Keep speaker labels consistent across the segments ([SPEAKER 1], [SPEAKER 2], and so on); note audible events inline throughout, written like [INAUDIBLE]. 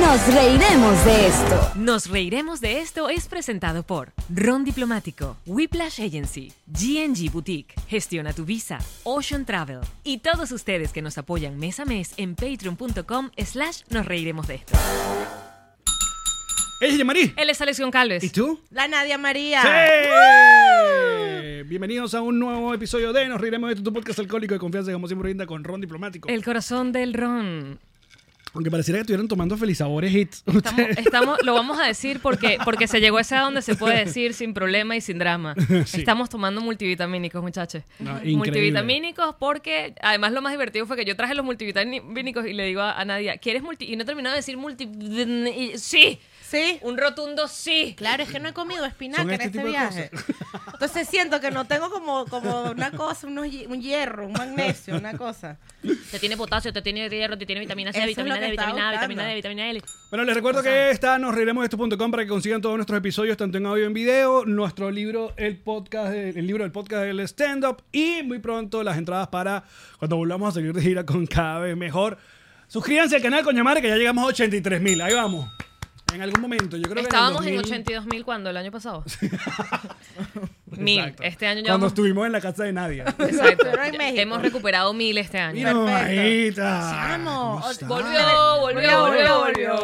[SPEAKER 1] Nos reiremos de esto.
[SPEAKER 2] Nos reiremos de esto es presentado por Ron Diplomático, Whiplash Agency, GNG Boutique, Gestiona tu Visa, Ocean Travel y todos ustedes que nos apoyan mes a mes en patreon.com slash nos reiremos de esto.
[SPEAKER 3] ¡Ella es Yamari!
[SPEAKER 2] Él es Alexión Calves.
[SPEAKER 3] ¿Y tú?
[SPEAKER 4] La Nadia María.
[SPEAKER 3] ¡Sí! Bienvenidos a un nuevo episodio de Nos Riremos de Esto, tu podcast alcohólico de confianza, como siempre brinda con Ron Diplomático.
[SPEAKER 2] El corazón del Ron.
[SPEAKER 3] Aunque pareciera que estuvieran tomando Felizabores Hits.
[SPEAKER 2] Estamos, estamos- lo vamos a decir porque, porque se llegó a esa donde se puede decir sin problema y sin drama.
[SPEAKER 3] [LAUGHS] Sí.
[SPEAKER 2] Estamos tomando multivitamínicos, muchachos.
[SPEAKER 3] No, increíble.
[SPEAKER 2] multivitamínicos porque además lo más divertido fue que yo traje los multivitamínicos y le digo a, a Nadia, ¿quieres multi? Y no terminaba de decir multi... y- sí,
[SPEAKER 4] Sí.
[SPEAKER 2] un rotundo sí.
[SPEAKER 4] Claro, es que no he comido espinaca
[SPEAKER 3] Son
[SPEAKER 4] en
[SPEAKER 3] este
[SPEAKER 4] este
[SPEAKER 3] tipo de
[SPEAKER 4] viaje. [LAUGHS] Entonces siento que no tengo como, como una cosa, unos hi- un hierro, un magnesio, una cosa.
[SPEAKER 2] Te tiene potasio, te tiene hierro, te tiene vitamina C,
[SPEAKER 4] Eso es
[SPEAKER 2] vitamina
[SPEAKER 4] lo
[SPEAKER 2] D,
[SPEAKER 4] que estaba
[SPEAKER 2] vitamina A, vitamina
[SPEAKER 4] buscando.
[SPEAKER 2] D, vitamina L.
[SPEAKER 3] Bueno, les recuerdo que está nos reiremos de esto.com para que consigan todos nuestros episodios, tanto en audio como en video, nuestro libro, el podcast, el, el libro del podcast del stand-up y muy pronto las entradas para cuando volvamos a salir de gira con cada vez mejor. Suscríbanse al canal, coña madre, que ya llegamos a 83 mil. Ahí vamos. En algún momento, yo creo que
[SPEAKER 2] Estábamos en
[SPEAKER 3] el 2000.
[SPEAKER 2] 82 mil cuando el año pasado. mil.
[SPEAKER 3] Exacto.
[SPEAKER 2] Este año
[SPEAKER 3] Cuando
[SPEAKER 2] llevamos...
[SPEAKER 3] estuvimos en la casa
[SPEAKER 2] [LAUGHS]
[SPEAKER 3] de nadie.
[SPEAKER 2] Exacto.
[SPEAKER 4] Pero en México.
[SPEAKER 2] Hemos recuperado mil este año.
[SPEAKER 3] Mira, mamajita.
[SPEAKER 4] Chamo,
[SPEAKER 3] ¿Cómo estás?
[SPEAKER 2] Volvió, volvió, volvió, volvió.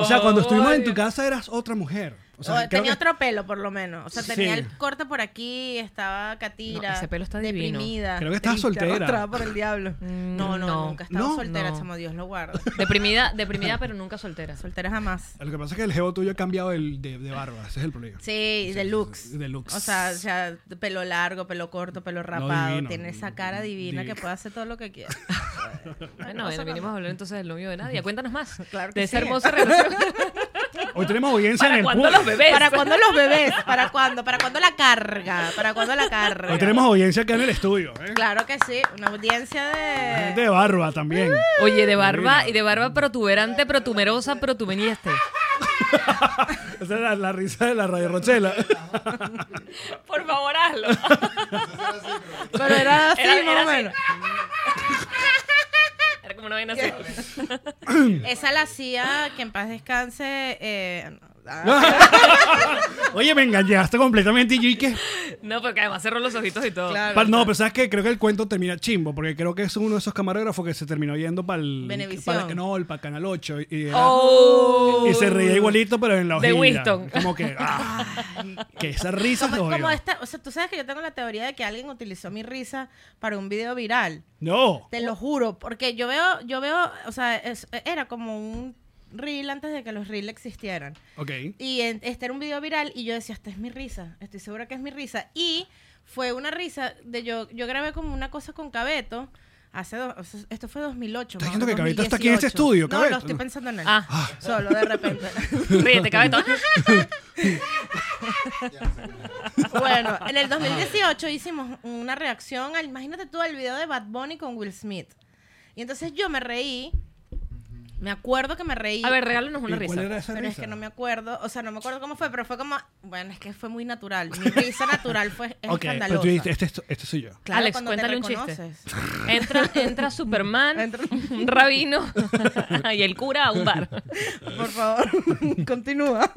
[SPEAKER 3] O sea, cuando estuvimos en tu casa eras otra mujer. O
[SPEAKER 2] Oh,
[SPEAKER 3] sea,
[SPEAKER 4] O
[SPEAKER 3] creo
[SPEAKER 4] tenía
[SPEAKER 3] que-
[SPEAKER 4] otro pelo, por lo menos. O sea,
[SPEAKER 3] Sí.
[SPEAKER 4] tenía el corte por aquí, estaba catira.
[SPEAKER 2] No, ese pelo está divino. Mm,
[SPEAKER 4] deprimida,
[SPEAKER 3] Creo que estabas
[SPEAKER 4] triste,
[SPEAKER 3] soltera.
[SPEAKER 4] arrastrada por el diablo. No, no,
[SPEAKER 2] no.
[SPEAKER 4] nunca estaba
[SPEAKER 3] No.
[SPEAKER 4] soltera,
[SPEAKER 2] No.
[SPEAKER 4] chamo, Dios lo guarda.
[SPEAKER 2] Deprimida, deprimida, pero nunca soltera.
[SPEAKER 4] [LAUGHS] Soltera jamás.
[SPEAKER 3] Lo que pasa es que el geo tuyo ha cambiado el de, de barba. Ese es el problema.
[SPEAKER 4] Sí, de looks.
[SPEAKER 3] de looks.
[SPEAKER 4] O sea, o sea, pelo largo, pelo corto, pelo rapado.
[SPEAKER 3] divino.
[SPEAKER 4] Tiene esa cara divina
[SPEAKER 3] Divino.
[SPEAKER 4] que puede hacer todo lo que quiera.
[SPEAKER 2] Bueno, bueno, vinimos a hablar entonces del novio de Nadia. Cuéntanos más
[SPEAKER 4] Claro que
[SPEAKER 2] de esa
[SPEAKER 4] sí.
[SPEAKER 2] hermosa
[SPEAKER 4] [LAUGHS]
[SPEAKER 2] relación.
[SPEAKER 3] Hoy tenemos audiencia en
[SPEAKER 2] ¿Para
[SPEAKER 3] el
[SPEAKER 2] cuándo
[SPEAKER 3] público.
[SPEAKER 2] los bebés?
[SPEAKER 4] ¿Para cuándo los bebés? ¿Para cuándo? ¿Para cuándo la carga? ¿Para cuándo la carga?
[SPEAKER 3] Hoy tenemos audiencia acá en el estudio. ¿eh?
[SPEAKER 4] Claro que sí, una audiencia
[SPEAKER 3] Gente
[SPEAKER 4] de...
[SPEAKER 3] de barba también.
[SPEAKER 2] Oye, de barba y de barba protuberante, protumerosa, protumenieste.
[SPEAKER 3] Esa es la, la risa de la Radio Rochela.
[SPEAKER 2] Por favor, hazlo.
[SPEAKER 4] Pero era así,
[SPEAKER 2] Era-
[SPEAKER 4] más
[SPEAKER 2] era
[SPEAKER 4] o
[SPEAKER 2] así.
[SPEAKER 4] menos.
[SPEAKER 2] Era como una vaina así. Eh.
[SPEAKER 3] [LAUGHS]
[SPEAKER 4] Esa la hacía, que en paz descanse... eh, ah,
[SPEAKER 3] [LAUGHS] Oye, me engañaste completamente. Y yo, ¿y qué?
[SPEAKER 2] [LAUGHS] No, porque además cerró los ojitos y todo.
[SPEAKER 4] claro.
[SPEAKER 3] Pa- no, pero sabes que creo que el cuento termina chimbo, porque creo que es uno de esos camarógrafos que se terminó yendo para el.
[SPEAKER 4] Venevisión.
[SPEAKER 3] no, el para Canal 8. Y, y-
[SPEAKER 2] Oh.
[SPEAKER 3] y se reía igualito, pero en la
[SPEAKER 2] De
[SPEAKER 3] hojilla.
[SPEAKER 2] Winston.
[SPEAKER 3] Como que. ah, que esa risa
[SPEAKER 4] Como,
[SPEAKER 3] es
[SPEAKER 4] como esta, o sea, tú sabes que yo tengo la teoría de que alguien utilizó mi risa para un video viral.
[SPEAKER 3] No.
[SPEAKER 4] Te lo juro, porque yo veo, yo veo, o sea, es- era como un reel antes de que los reels existieran.
[SPEAKER 3] Ok.
[SPEAKER 4] Y en- este era un video viral y yo decía, esta es mi risa, estoy segura que es mi risa. Y fue una risa de yo, yo grabé como una cosa con Cabeto. Hace do- o sea, esto fue 2008.
[SPEAKER 3] ¿Estás
[SPEAKER 4] más
[SPEAKER 3] diciendo
[SPEAKER 4] o
[SPEAKER 3] que
[SPEAKER 4] menos,
[SPEAKER 3] Cabeto está aquí en este
[SPEAKER 4] 2018.
[SPEAKER 3] estudio,
[SPEAKER 4] No,
[SPEAKER 3] Cabeto?
[SPEAKER 4] no, estoy pensando en él.
[SPEAKER 2] Ah.
[SPEAKER 4] Solo
[SPEAKER 3] [LAUGHS]
[SPEAKER 4] de repente.
[SPEAKER 2] Ríete, cabetón.
[SPEAKER 4] [LAUGHS] bueno, en el 2018 hicimos una reacción al, imagínate tú, el video de Bad Bunny con Will Smith. Y entonces yo me reí, me acuerdo que me reí.
[SPEAKER 2] A ver, regálanos una
[SPEAKER 3] ¿Y
[SPEAKER 2] risa.
[SPEAKER 3] ¿Cuál era esa
[SPEAKER 4] Pero es
[SPEAKER 3] risa?
[SPEAKER 4] que no me acuerdo, o sea, no me acuerdo cómo fue, pero fue como, bueno, es que fue muy natural.
[SPEAKER 3] [LAUGHS]
[SPEAKER 4] Mi risa natural fue es
[SPEAKER 3] Ok, pero
[SPEAKER 4] escandalosa.
[SPEAKER 3] tú dijiste, este, este soy yo.
[SPEAKER 4] Claro,
[SPEAKER 2] Alex,
[SPEAKER 4] cuando te
[SPEAKER 2] cuéntale un chiste.
[SPEAKER 4] reconoces.
[SPEAKER 2] Entra, entra Superman,
[SPEAKER 4] Entra-
[SPEAKER 2] un rabino [LAUGHS] y el cura a un bar.
[SPEAKER 3] [LAUGHS]
[SPEAKER 4] Por favor, [LAUGHS] continúa.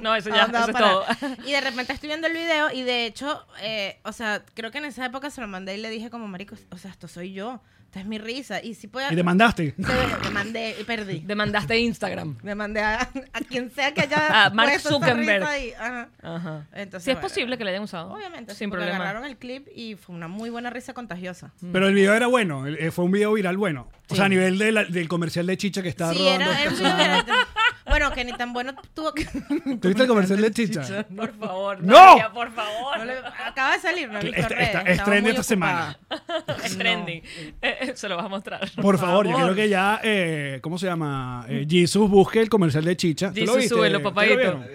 [SPEAKER 2] No, eso
[SPEAKER 4] Ah,
[SPEAKER 2] ya,
[SPEAKER 4] andaba
[SPEAKER 2] eso es
[SPEAKER 4] para-
[SPEAKER 2] todo.
[SPEAKER 4] [LAUGHS] Y de repente estoy viendo el video y de hecho, eh, o sea, creo que en esa época se lo mandé y le dije como, marico, o sea, esto soy yo. Esta es mi risa. Y si puedo...
[SPEAKER 3] Y demandaste.
[SPEAKER 4] [LAUGHS] Te- te mandé y perdí.
[SPEAKER 2] Demandaste Instagram.
[SPEAKER 4] Le mandé a, a quien sea que haya
[SPEAKER 2] A Mark
[SPEAKER 4] puesto esa
[SPEAKER 2] Zuckerberg.
[SPEAKER 4] risa ahí, ajá.
[SPEAKER 2] Ajá.
[SPEAKER 4] Entonces,
[SPEAKER 2] Si es
[SPEAKER 4] bueno,
[SPEAKER 2] posible que le hayan usado.
[SPEAKER 4] Obviamente,
[SPEAKER 2] Sin
[SPEAKER 4] sí, porque
[SPEAKER 2] problema.
[SPEAKER 4] agarraron el clip y fue una muy buena risa contagiosa.
[SPEAKER 3] Pero el video era bueno, el- eh, fue un video viral bueno. O sea, a nivel de la- del comercial de chicha que está
[SPEAKER 4] Sí,
[SPEAKER 3] rodando.
[SPEAKER 4] era, era- era- [LAUGHS] bueno, que ni tan bueno tuvo
[SPEAKER 3] [LAUGHS]
[SPEAKER 4] que... [LAUGHS]
[SPEAKER 3] ¿Tuviste el comercial de chicha?
[SPEAKER 2] [LAUGHS] Por favor.
[SPEAKER 3] ¡No!
[SPEAKER 2] Dalia, Por favor.
[SPEAKER 4] no le- acaba de salir, no he visto
[SPEAKER 3] Está-
[SPEAKER 4] redes,
[SPEAKER 3] está- es
[SPEAKER 4] estaba
[SPEAKER 3] trend
[SPEAKER 4] muy
[SPEAKER 3] esta semana.
[SPEAKER 4] ocupada.
[SPEAKER 2] [LAUGHS] Es
[SPEAKER 4] No.
[SPEAKER 2] trending. Eh, eh, se lo vas a mostrar.
[SPEAKER 3] Por favor, yo creo que ya, eh, ¿cómo se llama? Eh, Jesus busque el comercial de chicha. ¿Tú lo
[SPEAKER 2] Jesus,
[SPEAKER 3] viste?
[SPEAKER 2] súbelo,
[SPEAKER 3] ¿Tú lo
[SPEAKER 2] papadito.
[SPEAKER 3] vieron?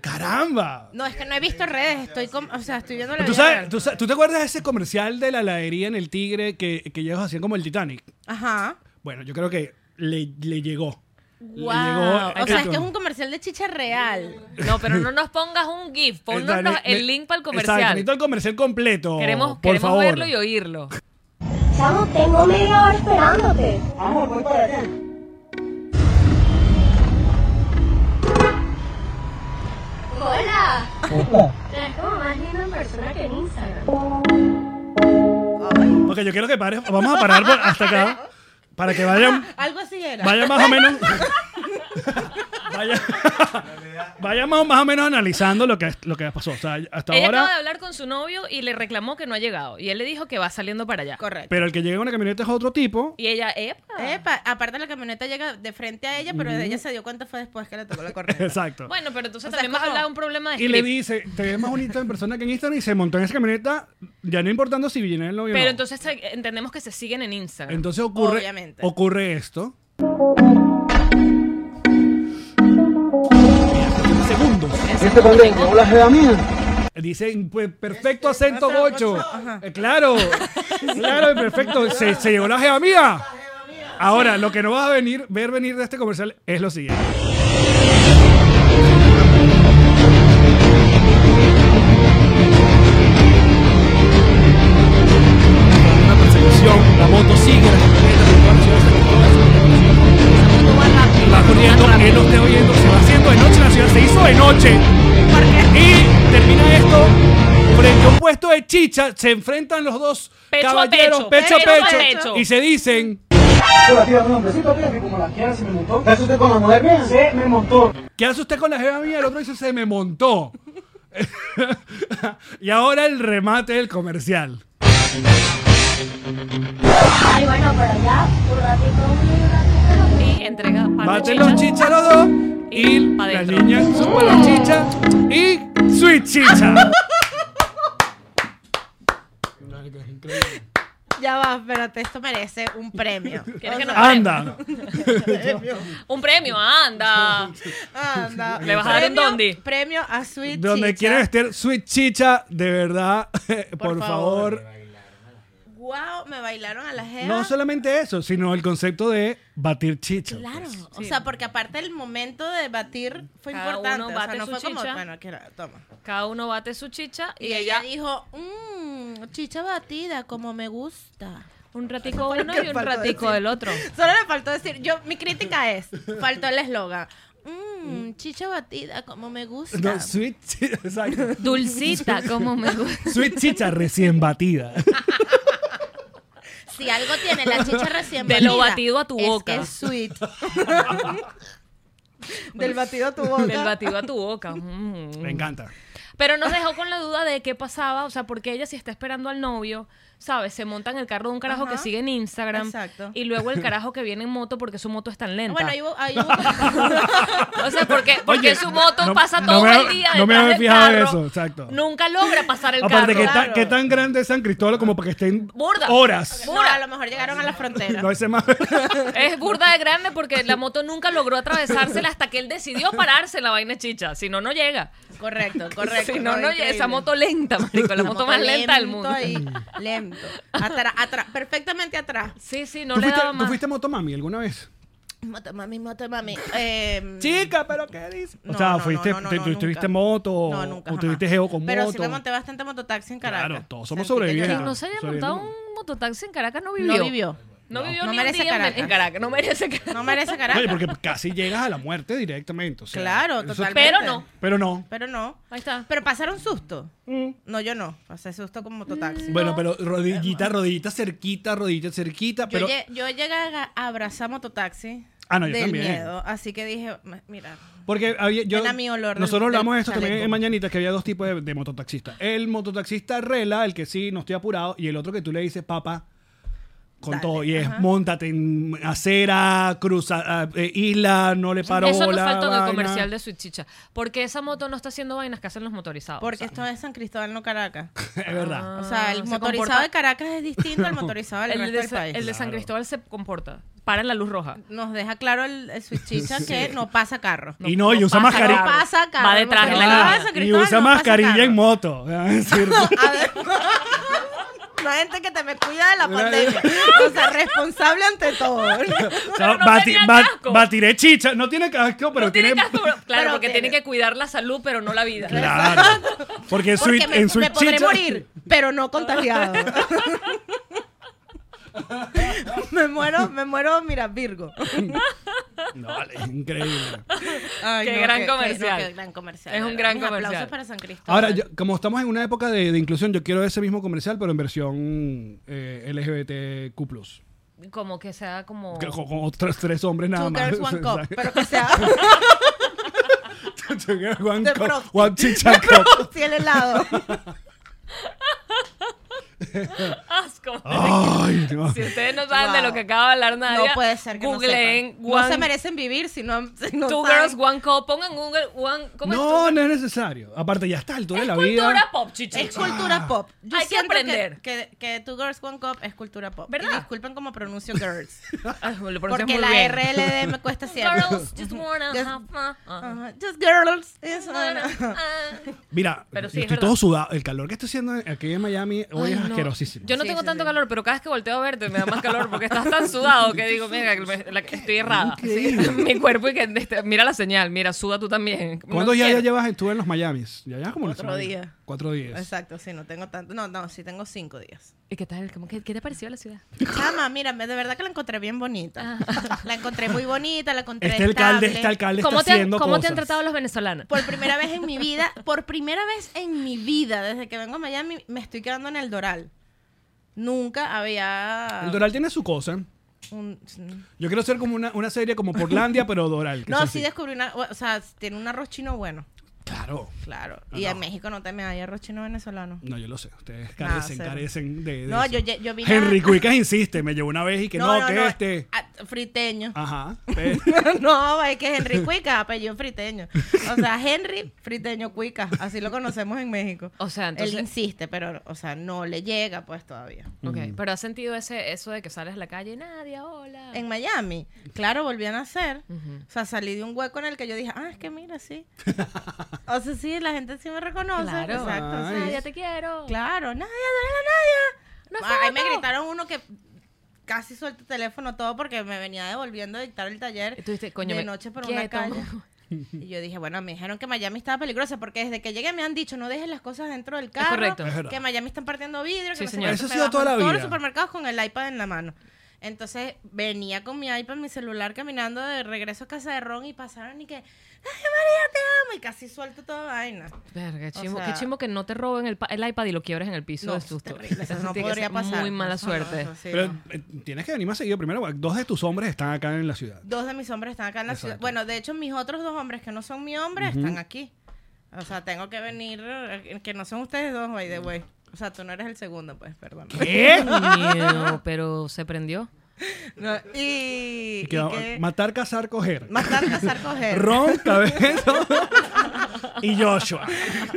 [SPEAKER 3] ¡Caramba!
[SPEAKER 4] No, es que no he visto redes, estoy com- o sea, estoy viendo la
[SPEAKER 3] ¿Tú,
[SPEAKER 4] vida
[SPEAKER 3] sabes,
[SPEAKER 4] real.
[SPEAKER 3] tú, sa- tú te acuerdas de ese comercial de la heladería en el Tigre que, que ellos hacían como el Titanic?
[SPEAKER 4] Ajá.
[SPEAKER 3] Bueno, yo creo que le, le llegó. Le
[SPEAKER 4] Wow.
[SPEAKER 3] llegó-
[SPEAKER 4] o sea, es que es un comercial de chicha real.
[SPEAKER 2] No, pero
[SPEAKER 3] [LAUGHS]
[SPEAKER 2] no nos pongas un GIF. Ponnos
[SPEAKER 3] Exacto,
[SPEAKER 2] el
[SPEAKER 3] ne-
[SPEAKER 2] link para el
[SPEAKER 3] Eh, Exacto,
[SPEAKER 2] comercial.
[SPEAKER 3] necesito el comercial completo.
[SPEAKER 2] Queremos,
[SPEAKER 3] por
[SPEAKER 2] queremos
[SPEAKER 3] favor.
[SPEAKER 2] verlo y oírlo.
[SPEAKER 5] Chamo, tengo media hora esperándote. Amor, voy para allá. Hola. Eres como más linda en persona que en Instagram.
[SPEAKER 3] Ok, yo quiero que pare. Vamos a parar por- hasta acá para que vayan,
[SPEAKER 4] Algo así era.
[SPEAKER 3] vayan más o menos. vaya, vaya más, o- más o menos analizando lo que, lo que pasó. O sea, hasta
[SPEAKER 2] Ella acaba de
[SPEAKER 3] ahora.
[SPEAKER 2] hablar con su novio y le reclamó que no ha llegado. Y él le dijo que va saliendo para allá.
[SPEAKER 4] Correcto.
[SPEAKER 3] Pero el que llega en una camioneta es otro tipo.
[SPEAKER 2] Y ella, epa.
[SPEAKER 4] Epa, aparte la camioneta llega de frente a ella, pero ella se dio cuenta fue después que le tocó
[SPEAKER 3] [LAUGHS]
[SPEAKER 4] la corneta.
[SPEAKER 3] [LAUGHS] Exacto.
[SPEAKER 2] Bueno, pero entonces
[SPEAKER 4] O sea,
[SPEAKER 2] también
[SPEAKER 4] es
[SPEAKER 2] vas a
[SPEAKER 4] como-
[SPEAKER 2] hablar de un problema de
[SPEAKER 3] Y le
[SPEAKER 2] script.
[SPEAKER 3] dice, te ves más bonita en persona que en Instagram y se montó en esa camioneta, ya no importando si viene el novio o
[SPEAKER 2] Pero
[SPEAKER 3] no.
[SPEAKER 2] entonces se- entendemos que se siguen en Instagram.
[SPEAKER 3] Entonces ocurre,
[SPEAKER 4] Obviamente.
[SPEAKER 3] ocurre esto. Mira, Segundos. Dicen, pues, perfecto acento gocho. Eh, Claro, claro, perfecto. Se, se llegó la jeva mía. Ahora, lo que no vas a venir, ver venir de este comercial es lo siguiente. Una persecución, la moto sigue, la camioneta, la camioneta, la camioneta, la camioneta. Va corriendo, él lo está oyendo, se va haciendo de noche en la ciudad, se hizo de noche. Y termina esto frente a un puesto de chicha, se enfrentan los dos
[SPEAKER 2] Pecho a
[SPEAKER 3] caballeros
[SPEAKER 2] pecho,
[SPEAKER 3] pecho a
[SPEAKER 2] pecho a
[SPEAKER 3] pecho,
[SPEAKER 2] pecho.
[SPEAKER 3] y se dicen
[SPEAKER 6] Hola, tía, mi hombrecito, fíjate como la quiera, se me montó. ¿Es usted con la mujer mía? Se me montó.
[SPEAKER 3] ¿Qué hace usted con la jeva mía? El otro dice se me montó. [LAUGHS] y ahora el remate del comercial.
[SPEAKER 5] Ay, bueno, para allá, un ratito, un ratito.
[SPEAKER 2] Y entrega par de
[SPEAKER 3] Baten los
[SPEAKER 2] chichas.
[SPEAKER 3] chichas los dos y
[SPEAKER 2] Y pa'
[SPEAKER 3] la
[SPEAKER 2] dentro.
[SPEAKER 3] niña supa la chicha y sweet chicha.
[SPEAKER 2] [LAUGHS]
[SPEAKER 4] Ya va, espérate, esto merece un premio.
[SPEAKER 2] ¿Quieres que nos
[SPEAKER 3] Anda.
[SPEAKER 2] Un premio, anda.
[SPEAKER 4] [LAUGHS]
[SPEAKER 3] [LAUGHS]
[SPEAKER 4] Anda.
[SPEAKER 2] ¿Le vas a dar un
[SPEAKER 4] Premio-
[SPEAKER 2] dondi?
[SPEAKER 4] Premio a Sweet
[SPEAKER 3] Donde
[SPEAKER 4] Chicha.
[SPEAKER 3] quieren estar sweet chicha, de verdad, [LAUGHS] por, favor.
[SPEAKER 4] favor. Wow, me bailaron a la jeva.
[SPEAKER 3] No solamente eso, sino el concepto de batir chicha.
[SPEAKER 4] Claro, o sea, porque aparte el momento de batir fue
[SPEAKER 2] Cada
[SPEAKER 4] importante.
[SPEAKER 2] uno
[SPEAKER 4] o sea,
[SPEAKER 2] bate
[SPEAKER 4] no
[SPEAKER 2] su
[SPEAKER 4] fue como,
[SPEAKER 2] chicha.
[SPEAKER 4] bueno, que era, toma.
[SPEAKER 2] Cada uno bate su chicha
[SPEAKER 4] Y, ella dijo, mmm, chicha batida, como me gusta.
[SPEAKER 2] un ratico uno y un
[SPEAKER 4] faltó
[SPEAKER 2] ratico
[SPEAKER 4] decir.
[SPEAKER 2] del otro.
[SPEAKER 4] Solo le faltó decir, yo, mi crítica es, faltó el eslogan. Mmm, chicha batida, como me gusta.
[SPEAKER 3] No, sweet chicha, [LAUGHS] exacto.
[SPEAKER 4] [LAUGHS]
[SPEAKER 2] Dulcita, como me gusta.
[SPEAKER 3] Sweet chicha
[SPEAKER 2] [LAUGHS]
[SPEAKER 3] recién batida.
[SPEAKER 4] Si algo tiene la chicha recién
[SPEAKER 2] De lo
[SPEAKER 4] batida,
[SPEAKER 2] batido a tu
[SPEAKER 4] es
[SPEAKER 2] boca.
[SPEAKER 4] que Es sweet. [LAUGHS] Del batido a tu boca.
[SPEAKER 2] Del batido a tu boca. Mm.
[SPEAKER 3] Me encanta.
[SPEAKER 2] Pero nos dejó con la duda de qué pasaba, o sea, porque ella si está esperando al novio, ¿sabes? Se monta en el carro de un carajo
[SPEAKER 4] Ajá.
[SPEAKER 2] que sigue en Instagram.
[SPEAKER 4] Exacto.
[SPEAKER 2] Y luego el carajo que viene en moto porque su moto es tan lenta.
[SPEAKER 4] Bueno, ahí hubo... Ahí [LAUGHS] hubo-
[SPEAKER 2] [LAUGHS] O sea, porque, porque
[SPEAKER 3] Oye,
[SPEAKER 2] su moto
[SPEAKER 3] no-
[SPEAKER 2] pasa
[SPEAKER 3] no
[SPEAKER 2] todo
[SPEAKER 3] me-
[SPEAKER 2] el día.
[SPEAKER 3] no me
[SPEAKER 2] detrás
[SPEAKER 3] había
[SPEAKER 2] del
[SPEAKER 3] fijado en
[SPEAKER 2] carro.
[SPEAKER 3] eso, exacto.
[SPEAKER 2] Nunca logra pasar el
[SPEAKER 3] Aparte,
[SPEAKER 2] carro.
[SPEAKER 3] que tan, qué tan grande es San Cristóbal como para que estén
[SPEAKER 2] Burda.
[SPEAKER 3] horas?
[SPEAKER 4] No, a lo mejor llegaron a la frontera.
[SPEAKER 3] No
[SPEAKER 2] [LAUGHS]
[SPEAKER 3] ese más.
[SPEAKER 2] Es burda de grande porque la moto nunca logró atravesársela hasta que él decidió pararse la vaina chicha. Si no, no llega.
[SPEAKER 4] Correcto, correcto.
[SPEAKER 2] si no, no llega.
[SPEAKER 4] increíble.
[SPEAKER 2] Esa moto lenta, marico. La,
[SPEAKER 4] La
[SPEAKER 2] moto, más lenta del
[SPEAKER 4] lento
[SPEAKER 2] mundo.
[SPEAKER 4] ahí, lento. Atrás, atrás, perfectamente atrás.
[SPEAKER 2] Sí, sí, no
[SPEAKER 3] ¿Tú,
[SPEAKER 2] le
[SPEAKER 3] fuiste,
[SPEAKER 2] daba
[SPEAKER 3] tú
[SPEAKER 2] más.
[SPEAKER 3] fuiste motomami alguna vez?
[SPEAKER 4] Moto mami, moto mami. Eh,
[SPEAKER 3] Chica, pero ¿qué dices?
[SPEAKER 4] no,
[SPEAKER 3] o sea,
[SPEAKER 4] no,
[SPEAKER 3] fuiste,
[SPEAKER 4] no, no,
[SPEAKER 3] te-
[SPEAKER 4] no,
[SPEAKER 3] te-
[SPEAKER 4] nunca.
[SPEAKER 3] tuviste moto
[SPEAKER 4] No,
[SPEAKER 3] o-
[SPEAKER 4] nunca.
[SPEAKER 3] o
[SPEAKER 4] jamás.
[SPEAKER 3] tuviste geo con
[SPEAKER 4] Pero
[SPEAKER 3] moto.
[SPEAKER 4] sí me monté bastante mototaxi en Caracas.
[SPEAKER 3] Claro, todos somos
[SPEAKER 4] Sentí que
[SPEAKER 3] sobrevivientes.
[SPEAKER 2] Quien no se haya
[SPEAKER 3] Sobreviviente.
[SPEAKER 2] montado un mototaxi en Caracas no
[SPEAKER 4] yo- No
[SPEAKER 2] vivió.
[SPEAKER 4] vivió.
[SPEAKER 2] No, vivió
[SPEAKER 4] No
[SPEAKER 2] ni un
[SPEAKER 4] merece
[SPEAKER 2] día en-
[SPEAKER 4] Caracas.
[SPEAKER 2] en Caracas. No merece Caracas.
[SPEAKER 4] No merece Caracas.
[SPEAKER 3] Oye, porque casi llegas a la muerte directamente. o sea,
[SPEAKER 4] Claro,
[SPEAKER 3] eso-
[SPEAKER 4] totalmente.
[SPEAKER 2] Pero no.
[SPEAKER 3] Pero no.
[SPEAKER 4] Pero no.
[SPEAKER 2] Ahí está.
[SPEAKER 4] Pero pasaron susto. No, yo no. Pasé susto como total. sí.
[SPEAKER 3] Mm. Bueno, pero rodillita, rodillita cerquita, rodillita cerquita.
[SPEAKER 4] Yo,
[SPEAKER 3] Pero
[SPEAKER 4] lle- yo llegué a abrazar mototaxi
[SPEAKER 3] Ah, no, yo
[SPEAKER 4] del
[SPEAKER 3] también.
[SPEAKER 4] miedo, así que dije, "M- mira,
[SPEAKER 3] Porque había, yo,
[SPEAKER 4] Ven a mi olor del-
[SPEAKER 3] nosotros
[SPEAKER 4] del
[SPEAKER 3] hablamos de esto también
[SPEAKER 4] chaleco.
[SPEAKER 3] en Mañanitas, que había dos tipos de, de mototaxistas. El mototaxista rela, el que sí, no estoy apurado, y el otro que tú le dices, papá, con
[SPEAKER 4] Dale,
[SPEAKER 3] todo. Y es,
[SPEAKER 4] ajá.
[SPEAKER 3] montate en acera, cruza ah, eh, isla, no le paro
[SPEAKER 2] Eso nos
[SPEAKER 3] bola,
[SPEAKER 2] falta en el
[SPEAKER 3] vaina.
[SPEAKER 2] comercial de Sweet Chicha. Porque esa moto no está haciendo vainas que hacen los motorizados.
[SPEAKER 4] porque
[SPEAKER 2] O sea,
[SPEAKER 4] esto es San Cristóbal, no Caracas.
[SPEAKER 3] [LAUGHS] Es verdad.
[SPEAKER 4] o sea, el
[SPEAKER 2] Ah, se
[SPEAKER 4] motorizado
[SPEAKER 2] comporta-
[SPEAKER 4] de Caracas es distinto al motorizado del
[SPEAKER 2] [LAUGHS] el,
[SPEAKER 4] resto
[SPEAKER 2] de,
[SPEAKER 4] del
[SPEAKER 2] Sa-
[SPEAKER 4] país.
[SPEAKER 2] el de San Cristóbal se comporta. Para en la luz roja.
[SPEAKER 4] Nos deja claro el, el switchicha que no pasa carro. [LAUGHS]
[SPEAKER 3] y no, y usa
[SPEAKER 2] pasa
[SPEAKER 4] No
[SPEAKER 3] mascarilla.
[SPEAKER 4] pasa carro.
[SPEAKER 2] Va detrás
[SPEAKER 4] El
[SPEAKER 2] en la
[SPEAKER 4] motorizado
[SPEAKER 2] cara.
[SPEAKER 4] de San
[SPEAKER 3] y
[SPEAKER 4] Cristóbal
[SPEAKER 3] usa
[SPEAKER 4] no pasa
[SPEAKER 3] mascarilla
[SPEAKER 4] carro.
[SPEAKER 3] en
[SPEAKER 4] [LAUGHS]
[SPEAKER 3] moto. [LAUGHS] Es decir,
[SPEAKER 4] A ver. No hay gente que te me cuida de la pandemia. O sea, responsable ante
[SPEAKER 3] [LAUGHS]
[SPEAKER 4] todo.
[SPEAKER 3] o sea,
[SPEAKER 2] Pero no
[SPEAKER 3] bati-
[SPEAKER 2] tenía
[SPEAKER 3] ba-
[SPEAKER 2] casco.
[SPEAKER 3] batiré chicha. No tiene casco, pero
[SPEAKER 2] no tiene
[SPEAKER 3] tiene.
[SPEAKER 2] casco, pero- claro,
[SPEAKER 4] pero
[SPEAKER 2] porque
[SPEAKER 4] tiene-
[SPEAKER 2] tiene que cuidar la salud, pero no la vida.
[SPEAKER 3] [LAUGHS] Claro. Porque,
[SPEAKER 4] Porque
[SPEAKER 3] sweet-
[SPEAKER 4] me,
[SPEAKER 3] en
[SPEAKER 4] me
[SPEAKER 3] Sweet
[SPEAKER 4] podré
[SPEAKER 3] Chicha-
[SPEAKER 4] morir, pero no contagiado. [LAUGHS] me muero, me muero, mira, Virgo.
[SPEAKER 3] [LAUGHS] No, vale, es increíble.
[SPEAKER 4] Ay,
[SPEAKER 2] Qué gran
[SPEAKER 4] no,
[SPEAKER 2] comercial.
[SPEAKER 4] qué gran comercial.
[SPEAKER 2] Es
[SPEAKER 4] de
[SPEAKER 2] un
[SPEAKER 4] verdad.
[SPEAKER 2] gran
[SPEAKER 4] Mis
[SPEAKER 2] comercial.
[SPEAKER 4] Aplausos para San Cristóbal.
[SPEAKER 3] Ahora, yo- como estamos en una época de, de inclusión, yo quiero ese mismo comercial, pero en versión eh, LGBTQ.
[SPEAKER 2] Como que sea como.
[SPEAKER 3] Que- Con, con otros tres hombres nada
[SPEAKER 4] Oh. Two
[SPEAKER 3] más.
[SPEAKER 4] girls,
[SPEAKER 3] [LAUGHS]
[SPEAKER 4] one cup.
[SPEAKER 3] Exacto.
[SPEAKER 4] Pero que sea
[SPEAKER 3] [LAUGHS] Two girls, one
[SPEAKER 4] De
[SPEAKER 3] cup,
[SPEAKER 4] pronto.
[SPEAKER 3] one chicha
[SPEAKER 4] [LAUGHS]
[SPEAKER 3] cup.
[SPEAKER 4] si el helado.
[SPEAKER 2] Asco.
[SPEAKER 3] Ah, Ay, no.
[SPEAKER 2] [LAUGHS] Si ustedes no saben de
[SPEAKER 4] Wow.
[SPEAKER 2] lo que acaba de hablar Nadia,
[SPEAKER 4] No puede ser que
[SPEAKER 2] googleen
[SPEAKER 4] no sepan. No
[SPEAKER 2] one-
[SPEAKER 4] se merecen vivir si no, si no
[SPEAKER 2] Two
[SPEAKER 4] saben.
[SPEAKER 2] Girls, One Cup. Pongan Google One. ¿Cómo
[SPEAKER 3] No,
[SPEAKER 2] es
[SPEAKER 3] no es necesario. Aparte, ya está a la altura de la
[SPEAKER 2] tu- Cultura
[SPEAKER 3] vida.
[SPEAKER 2] pop, chichi.
[SPEAKER 4] Es
[SPEAKER 3] Ah.
[SPEAKER 4] cultura pop. Yo
[SPEAKER 2] Hay que
[SPEAKER 4] siento
[SPEAKER 2] aprender.
[SPEAKER 4] Que, que, que Two Girls One Cup es cultura pop.
[SPEAKER 2] ¿Verdad?
[SPEAKER 4] Y disculpen cómo pronuncio girls.
[SPEAKER 2] Ay, [LAUGHS] Ah, lo pronuncias
[SPEAKER 4] porque
[SPEAKER 2] muy
[SPEAKER 4] la
[SPEAKER 2] bien.
[SPEAKER 4] RLD me cuesta siempre.
[SPEAKER 2] Girls, just wanna
[SPEAKER 4] Just-
[SPEAKER 2] have fun. Ah.
[SPEAKER 4] Ajá, Just girls. Eso, no.
[SPEAKER 2] Ah.
[SPEAKER 3] Mira,
[SPEAKER 2] Pero
[SPEAKER 3] yo
[SPEAKER 2] sí, es
[SPEAKER 3] estoy
[SPEAKER 2] verdad.
[SPEAKER 3] todo sudado. El calor que está haciendo aquí en Miami hoy
[SPEAKER 2] Ay,
[SPEAKER 3] es
[SPEAKER 2] no.
[SPEAKER 3] asquerosísimo.
[SPEAKER 2] Yo no
[SPEAKER 4] Sí,
[SPEAKER 2] tengo
[SPEAKER 4] sí,
[SPEAKER 2] tanto
[SPEAKER 4] sí.
[SPEAKER 2] calor, pero cada vez que volteo a verte me da más calor porque estás tan sudado que digo, mira, que me- la- que estoy errada.
[SPEAKER 3] Increíble.
[SPEAKER 2] Sí. Mi cuerpo y que este, mira la señal, mira, suda tú también.
[SPEAKER 3] ¿Cuántos
[SPEAKER 2] No
[SPEAKER 3] ya, ya
[SPEAKER 2] quiero.
[SPEAKER 3] llevas tú en los Miamis? Ya, ya como una
[SPEAKER 4] Cuatro
[SPEAKER 3] semana.
[SPEAKER 4] días.
[SPEAKER 3] Cuatro días.
[SPEAKER 4] Exacto, sí, no tengo tanto. No, no, sí tengo cinco días.
[SPEAKER 2] ¿Y qué tal? ¿Cómo, qué, qué te pareció la ciudad?
[SPEAKER 4] Chama, mira, me- de verdad que la encontré bien bonita. La encontré muy bonita, la encontré
[SPEAKER 3] Este alcalde,
[SPEAKER 4] estable.
[SPEAKER 3] este alcalde está
[SPEAKER 2] ¿Cómo te, han,
[SPEAKER 3] haciendo
[SPEAKER 2] ¿Cómo te
[SPEAKER 3] cosas.
[SPEAKER 2] han tratado los venezolanos?
[SPEAKER 4] Por primera vez en mi vida, por primera vez en mi vida, desde que vengo a Miami, me estoy quedando en el Doral. Nunca había...
[SPEAKER 3] El Doral tiene su cosa.
[SPEAKER 4] un-
[SPEAKER 3] Yo quiero hacer como una, una serie como Portlandia, pero Doral. que
[SPEAKER 4] No,
[SPEAKER 3] sea
[SPEAKER 4] sí
[SPEAKER 3] así.
[SPEAKER 4] descubrí una... O sea, tiene un arroz chino bueno,
[SPEAKER 3] Claro.
[SPEAKER 4] claro. Y en México no te me hay arroz chino venezolano.
[SPEAKER 3] No, yo lo sé. Ustedes carecen,
[SPEAKER 4] cero.
[SPEAKER 3] carecen de, de
[SPEAKER 4] No,
[SPEAKER 3] eso.
[SPEAKER 4] yo ye- yo vine a-
[SPEAKER 3] Henry Cuicas insiste, me llevó una vez y que no, que este...
[SPEAKER 4] ah, Friteño.
[SPEAKER 3] Ajá.
[SPEAKER 2] Eh.
[SPEAKER 3] pe-
[SPEAKER 4] [LAUGHS] no, es que Henry Cuica, apellido friteño. O sea, Henry Friteño Cuica, así lo conocemos en México.
[SPEAKER 2] O sea, entonces-
[SPEAKER 4] Él insiste, pero, o sea, no le llega pues todavía.
[SPEAKER 2] Ok, pero ¿has sentido ese, eso de que sales a la calle y nadie, hola?
[SPEAKER 4] En Miami, claro, volví a nacer. O sea, salí de un hueco en el que yo dije, ah, es que mira, sí. o sea, sí, la gente sí me reconoce.
[SPEAKER 2] Claro.
[SPEAKER 4] Exacto. o sea,
[SPEAKER 3] Ay.
[SPEAKER 2] Nadia, te quiero.
[SPEAKER 4] Claro, nadie, dale a
[SPEAKER 2] Una
[SPEAKER 4] nadie. Ahí me
[SPEAKER 2] foto.
[SPEAKER 4] gritaron uno que casi suelto el teléfono todo porque me venía devolviendo a dictar el taller
[SPEAKER 2] Y tú dijiste, "Coño,
[SPEAKER 4] de
[SPEAKER 2] me-
[SPEAKER 4] noche por una
[SPEAKER 2] quieto". [LAUGHS]
[SPEAKER 4] calle. Y yo dije, bueno, me dijeron que Miami estaba peligrosa porque desde que llegué me han dicho, no dejes las cosas dentro del carro,
[SPEAKER 2] correcto.
[SPEAKER 3] Es verdad.
[SPEAKER 4] que Miami están partiendo vidrio, que
[SPEAKER 2] Sí,
[SPEAKER 4] no sé
[SPEAKER 2] señor.
[SPEAKER 4] qué".
[SPEAKER 3] Eso ha
[SPEAKER 4] Me
[SPEAKER 3] sido
[SPEAKER 4] bajo
[SPEAKER 3] toda
[SPEAKER 4] en
[SPEAKER 3] la
[SPEAKER 4] Todos
[SPEAKER 3] vida.
[SPEAKER 4] los supermercados con el iPad en la mano. Entonces venía con mi iPad, mi celular caminando de regreso a casa de Ron y pasaron y que, ay María, te amo, y casi suelto toda vaina.
[SPEAKER 2] Verga,
[SPEAKER 4] O
[SPEAKER 2] chimbo,
[SPEAKER 4] sea-
[SPEAKER 2] qué chimbo que no te roben el, pa- el iPad y lo quiebres en el piso
[SPEAKER 4] No,
[SPEAKER 2] de
[SPEAKER 4] es
[SPEAKER 2] susto.
[SPEAKER 4] terrible, eso
[SPEAKER 2] Eso
[SPEAKER 4] no
[SPEAKER 2] tiene que
[SPEAKER 4] podría
[SPEAKER 2] ser
[SPEAKER 4] pasar.
[SPEAKER 2] Muy mala
[SPEAKER 4] Eso no,
[SPEAKER 2] suerte.
[SPEAKER 4] eso sí,
[SPEAKER 3] Pero
[SPEAKER 4] no.
[SPEAKER 3] eh, tienes que venir más seguido. Primero, dos de tus hombres están acá en la
[SPEAKER 4] [LAUGHS]
[SPEAKER 3] ciudad.
[SPEAKER 4] Dos de mis hombres están acá en la ciudad. Bueno, de hecho, mis otros dos hombres que no son mi hombre están aquí. O sea, tengo que venir, eh, que no son ustedes dos, by the way. O sea, tú no eres el segundo, pues, perdón.
[SPEAKER 3] ¿Qué?
[SPEAKER 2] [LAUGHS] Miedo, pero se prendió.
[SPEAKER 4] [LAUGHS] No, y, y que- eh.
[SPEAKER 3] Matar, cazar, coger.
[SPEAKER 4] matar, cazar, coger. [LAUGHS]
[SPEAKER 3] Ron, cabeza y Joshua.